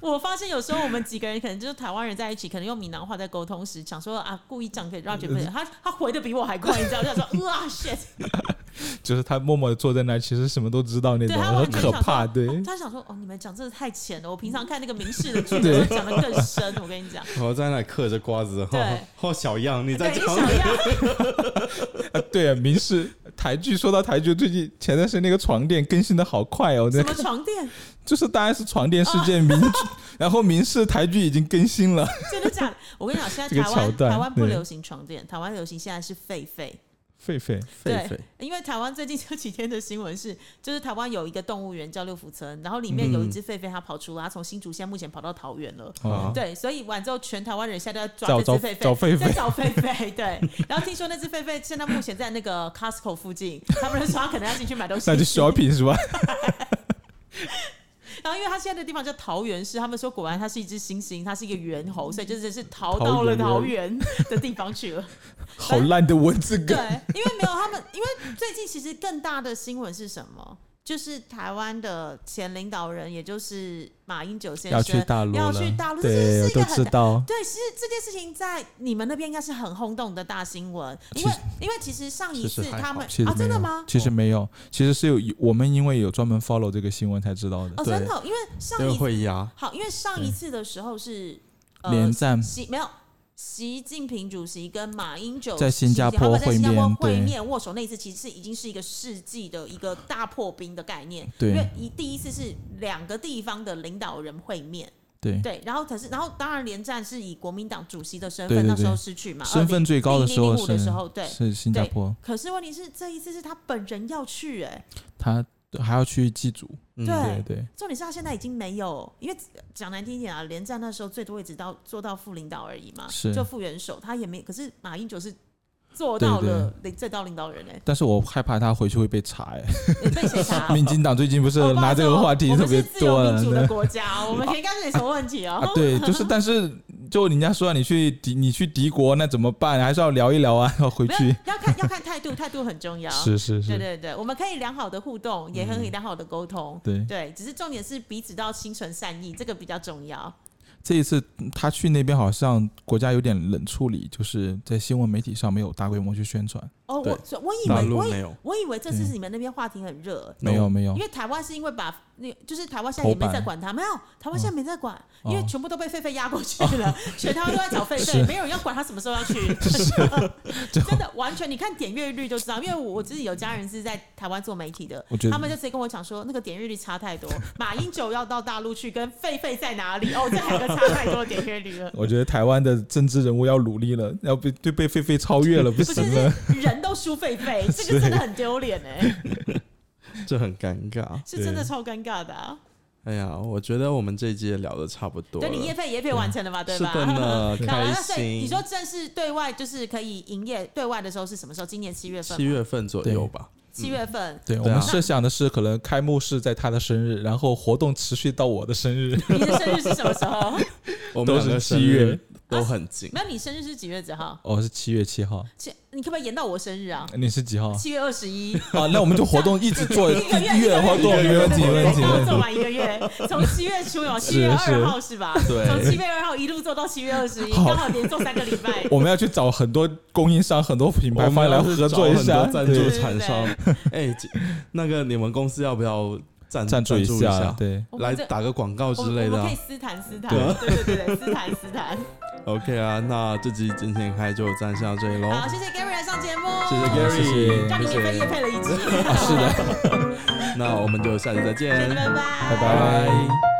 Speaker 2: 我发现有时候我们几个人可能就是台湾人在一起，可能用闽南话在沟通时，想说啊，故意讲给 Roger
Speaker 3: 嗯
Speaker 2: 不是他他回的比我还快，你知
Speaker 3: <laughs>
Speaker 2: 道？我想说啊哇 shit，
Speaker 3: 就是他默默的坐在那儿，其实什么都知道那
Speaker 2: 对
Speaker 3: 种，
Speaker 2: 他
Speaker 3: 很
Speaker 2: 完全
Speaker 3: 可
Speaker 2: 想
Speaker 3: 怕。
Speaker 2: 说，
Speaker 3: 对，
Speaker 2: 哦他想说哦，你们讲真的太浅了，我平常看那个明视的剧，
Speaker 3: <laughs> 对
Speaker 2: 我讲的更深，我跟你
Speaker 3: <laughs>
Speaker 2: 讲，
Speaker 1: 我在那里嗑着瓜子，
Speaker 2: 对
Speaker 1: 哦，哦，小样，你在
Speaker 2: 对，一
Speaker 1: 讲
Speaker 2: 小样，
Speaker 1: <laughs>
Speaker 3: 啊 <laughs> 对啊，明视台剧说到台剧，最近前段时间那个床垫更新的好快哦，那
Speaker 2: 什么哦床垫， <laughs>
Speaker 3: 就是大概是床垫事件，明剧，然后明视台剧已经更新了。
Speaker 2: 真的假的？我跟你讲，现
Speaker 3: <laughs> 这
Speaker 2: 在
Speaker 3: 个
Speaker 2: 台
Speaker 3: 桥
Speaker 2: 湾
Speaker 3: 段
Speaker 2: 台湾不
Speaker 3: 对
Speaker 2: 流行床垫，台湾流行现在是狒狒。
Speaker 3: 狒狒，
Speaker 1: 狒狒
Speaker 2: 对，因为台湾最近这几天的新闻是，就是台湾有一个动物园叫六福村，然后里面有一只狒狒，它跑出来，它从新竹县目前跑到桃园了。
Speaker 1: 啊
Speaker 3: 嗯啊，
Speaker 2: 对，所以完之后，全台湾人现在都在
Speaker 3: 找
Speaker 2: 抓
Speaker 3: 找
Speaker 2: 这只狒狒，
Speaker 3: 找狒
Speaker 2: 在
Speaker 3: 狒，
Speaker 2: 找狒狒。对，然后听说那只狒狒现在目前在那个 Costco 附近，他们说他可能要进去买东西
Speaker 3: <laughs>
Speaker 2: <laughs>
Speaker 3: 那就。shopping 是吧？
Speaker 2: 然后因为他现在的地方叫桃园市，他们说果然它是一只猩猩，它是一个猿猴，所以就真是逃到了
Speaker 3: 桃
Speaker 2: 桃园的地方去了。哎
Speaker 3: 好烂的文字
Speaker 2: 对
Speaker 3: 梗。，
Speaker 2: 因为没有他们，因为最近其实更大的新闻是什么？ <laughs> 就是台湾的前领导人，也就是马英九先生
Speaker 3: 要去大陆了，
Speaker 2: 要去大陆，这
Speaker 3: 对，
Speaker 2: 是
Speaker 3: 我
Speaker 2: 一个
Speaker 3: 都
Speaker 2: 很
Speaker 3: 知
Speaker 2: 大。
Speaker 3: 道。
Speaker 2: 对，是这件事情在你们那边应该是很轰动的大新闻，因为因为其实上一
Speaker 1: 其实
Speaker 2: 次
Speaker 1: 还
Speaker 2: 他们
Speaker 3: 其实
Speaker 2: 啊，
Speaker 3: 没
Speaker 2: 真的
Speaker 3: 有，
Speaker 2: 吗？
Speaker 3: 其实没有，其实是有我们因为有专门 follow 这个新闻才知道的。
Speaker 2: 哦，
Speaker 1: 对
Speaker 2: 真的哦，因为
Speaker 1: 因
Speaker 2: 上
Speaker 1: 为
Speaker 2: 一
Speaker 1: 会压，
Speaker 2: 好，因为上一次的时候是呃
Speaker 3: 连战
Speaker 2: 习没有。习近平主席跟马英九
Speaker 3: 在新加坡
Speaker 2: 他们在新加坡
Speaker 3: 会面
Speaker 2: 会
Speaker 3: 对
Speaker 2: 面握手那一次，其实是已经是一个世纪的一个大破冰的概念。
Speaker 3: 对
Speaker 2: 因为一第一次是两个地方的领导人会面，
Speaker 3: 对，
Speaker 2: 对，然后可是然后当然连战是以国民党主席的身
Speaker 3: 对
Speaker 2: 份
Speaker 3: 对
Speaker 2: 那时候
Speaker 3: 对
Speaker 2: 失去嘛，
Speaker 3: 身份最高的时候
Speaker 2: 2005的
Speaker 3: 是
Speaker 2: 时候对。
Speaker 3: 是新加
Speaker 2: 对
Speaker 3: 坡，
Speaker 2: 可是问题是这一次是他本人要去、哎，
Speaker 3: 他还要去祭祖。
Speaker 1: 嗯
Speaker 2: 对
Speaker 3: 对对
Speaker 2: 重点是他现在已经没有，因为讲难听一点啊，连战那时候最多也只到做到副领导而已嘛，
Speaker 3: 是
Speaker 2: 就副元首，他也没。可是马英九是做到了领最高领导人哎、
Speaker 3: 但是我害怕他回去会被查哎。？
Speaker 2: 你被谁查 <laughs>
Speaker 3: <laughs> 民进党最近不
Speaker 2: 哦
Speaker 3: 是拿这个话题特别多
Speaker 2: 我们是自由民
Speaker 3: 了
Speaker 2: 主的
Speaker 3: 对
Speaker 2: 国家，我们可以干没什么问题哦、
Speaker 3: <laughs> 啊，对，就
Speaker 2: <laughs>
Speaker 3: 是但是就人家说啊你去敌你去敌国那怎么办？还是要聊一聊啊，要回
Speaker 2: 没有
Speaker 3: 去。 <laughs>
Speaker 2: 要看要看态度，态度很重要。
Speaker 3: 是是
Speaker 2: 对
Speaker 3: 是，
Speaker 2: 对对，我们可以良好的互动，也可以良好的沟通。
Speaker 3: 对。
Speaker 2: 对，只是重点是彼此都要心存善意，这个比较重要。
Speaker 3: 这一次嗯他去那边好像国家有点冷处理，就是在新闻媒体上没有大规模去宣传，
Speaker 2: 哦，
Speaker 1: 对
Speaker 2: 我所以我以
Speaker 1: 大
Speaker 2: 为
Speaker 1: 陆
Speaker 2: 我以
Speaker 1: 没有，
Speaker 2: 我以为这次是你们那边话题很热，
Speaker 1: No
Speaker 3: 没有没有
Speaker 2: 因，为台湾是因为把那就是台湾现在也没在管他，没有台湾现在没在管，
Speaker 3: 哦
Speaker 2: 因为全部都被狒狒压过去了，全台湾都在找狒
Speaker 3: 是
Speaker 2: 狒，没有人要管他什么时候要去， <laughs> 真的完全你看点阅率就知道，因为我我自己有家人是在台湾做媒体的
Speaker 3: 我觉，得。
Speaker 2: 他们就直接跟我讲说那个点阅率差太多，马英九要到大陆去跟狒狒在哪里？哦，这两个差太多的点阅率了
Speaker 3: <laughs> 我觉得台湾的政治人物要努力了，要被就被狒狒超越了，不
Speaker 2: 不是，
Speaker 3: 行了。
Speaker 2: 是人都输狒狒，这个真的很丢脸哎，
Speaker 1: 这很尴尬。
Speaker 2: 是真的超尴尬的、啊。
Speaker 1: 哎呀，我觉得我们这一集也聊的差不多了。
Speaker 2: 对你业费也配完成了嘛， <laughs> 对
Speaker 1: 是
Speaker 2: 吧？
Speaker 1: 的呢，
Speaker 2: 那
Speaker 1: 开
Speaker 2: 那所以
Speaker 1: 心。
Speaker 2: 你说正式对外就是可以营业对外的时候是什么时候？今年七月份
Speaker 1: 七
Speaker 2: 吗，
Speaker 1: 月份左右吧？
Speaker 2: 七月份。
Speaker 3: 对我
Speaker 1: 对啊
Speaker 3: 们设想的是，可能开幕式在他的生日，然后活动持续到我的生 <laughs> 日。
Speaker 2: 你的生日是什么时候？
Speaker 1: 我们
Speaker 3: 都
Speaker 1: 两
Speaker 3: 是
Speaker 1: 个
Speaker 3: 七
Speaker 1: 生日
Speaker 3: 月
Speaker 1: 都很近。
Speaker 2: 那你生日是几月几号？
Speaker 3: 哦，是七月七号，
Speaker 2: 七，你可不可以延到我生日啊？
Speaker 3: 你是几号？
Speaker 2: 七月二十一。
Speaker 3: 啊，那我们就活动一直做
Speaker 2: <laughs> 一个月
Speaker 3: 一月活动，
Speaker 2: 一个
Speaker 3: 没
Speaker 2: 月
Speaker 3: 问题，没问题，没问
Speaker 2: 做
Speaker 3: 题。
Speaker 2: 完一个月，从七月初有七月
Speaker 3: 是
Speaker 2: 二号是吧？
Speaker 1: 对
Speaker 2: 从七月二号一路做到七月二十一，
Speaker 3: 好
Speaker 2: 刚好连做三个礼拜。
Speaker 3: 我们要去找很多供应商、很多品牌
Speaker 1: 我们
Speaker 3: 方来
Speaker 1: 要是
Speaker 3: 合作
Speaker 1: 找
Speaker 3: 一
Speaker 1: 很
Speaker 3: 下
Speaker 1: 多，赞
Speaker 3: 对
Speaker 1: 助厂商。 <laughs> 哎，这那个你们公司要不要赞
Speaker 3: 赞助
Speaker 1: 助
Speaker 3: 一
Speaker 1: 下？
Speaker 3: 对，
Speaker 2: 我
Speaker 1: 来
Speaker 2: 们这
Speaker 1: 打个广告
Speaker 2: 我
Speaker 1: 之
Speaker 2: 们
Speaker 1: 类
Speaker 2: 我
Speaker 1: 的
Speaker 2: 们
Speaker 1: 啊
Speaker 2: 可以私谈私谈，对对对对，私谈私谈。
Speaker 1: ，OK 啊，那这集今天开就暂时到这里喽，
Speaker 2: 好，谢谢 Gary 来上节目，
Speaker 1: 谢谢
Speaker 3: 谢谢
Speaker 1: Gary，
Speaker 2: 让你免费夜
Speaker 1: 谢谢，
Speaker 2: 配了一集，
Speaker 3: 啊，是的，
Speaker 1: 那我们就下期再
Speaker 2: 谢谢
Speaker 1: 见，
Speaker 2: 拜拜，
Speaker 3: 拜
Speaker 1: 拜拜。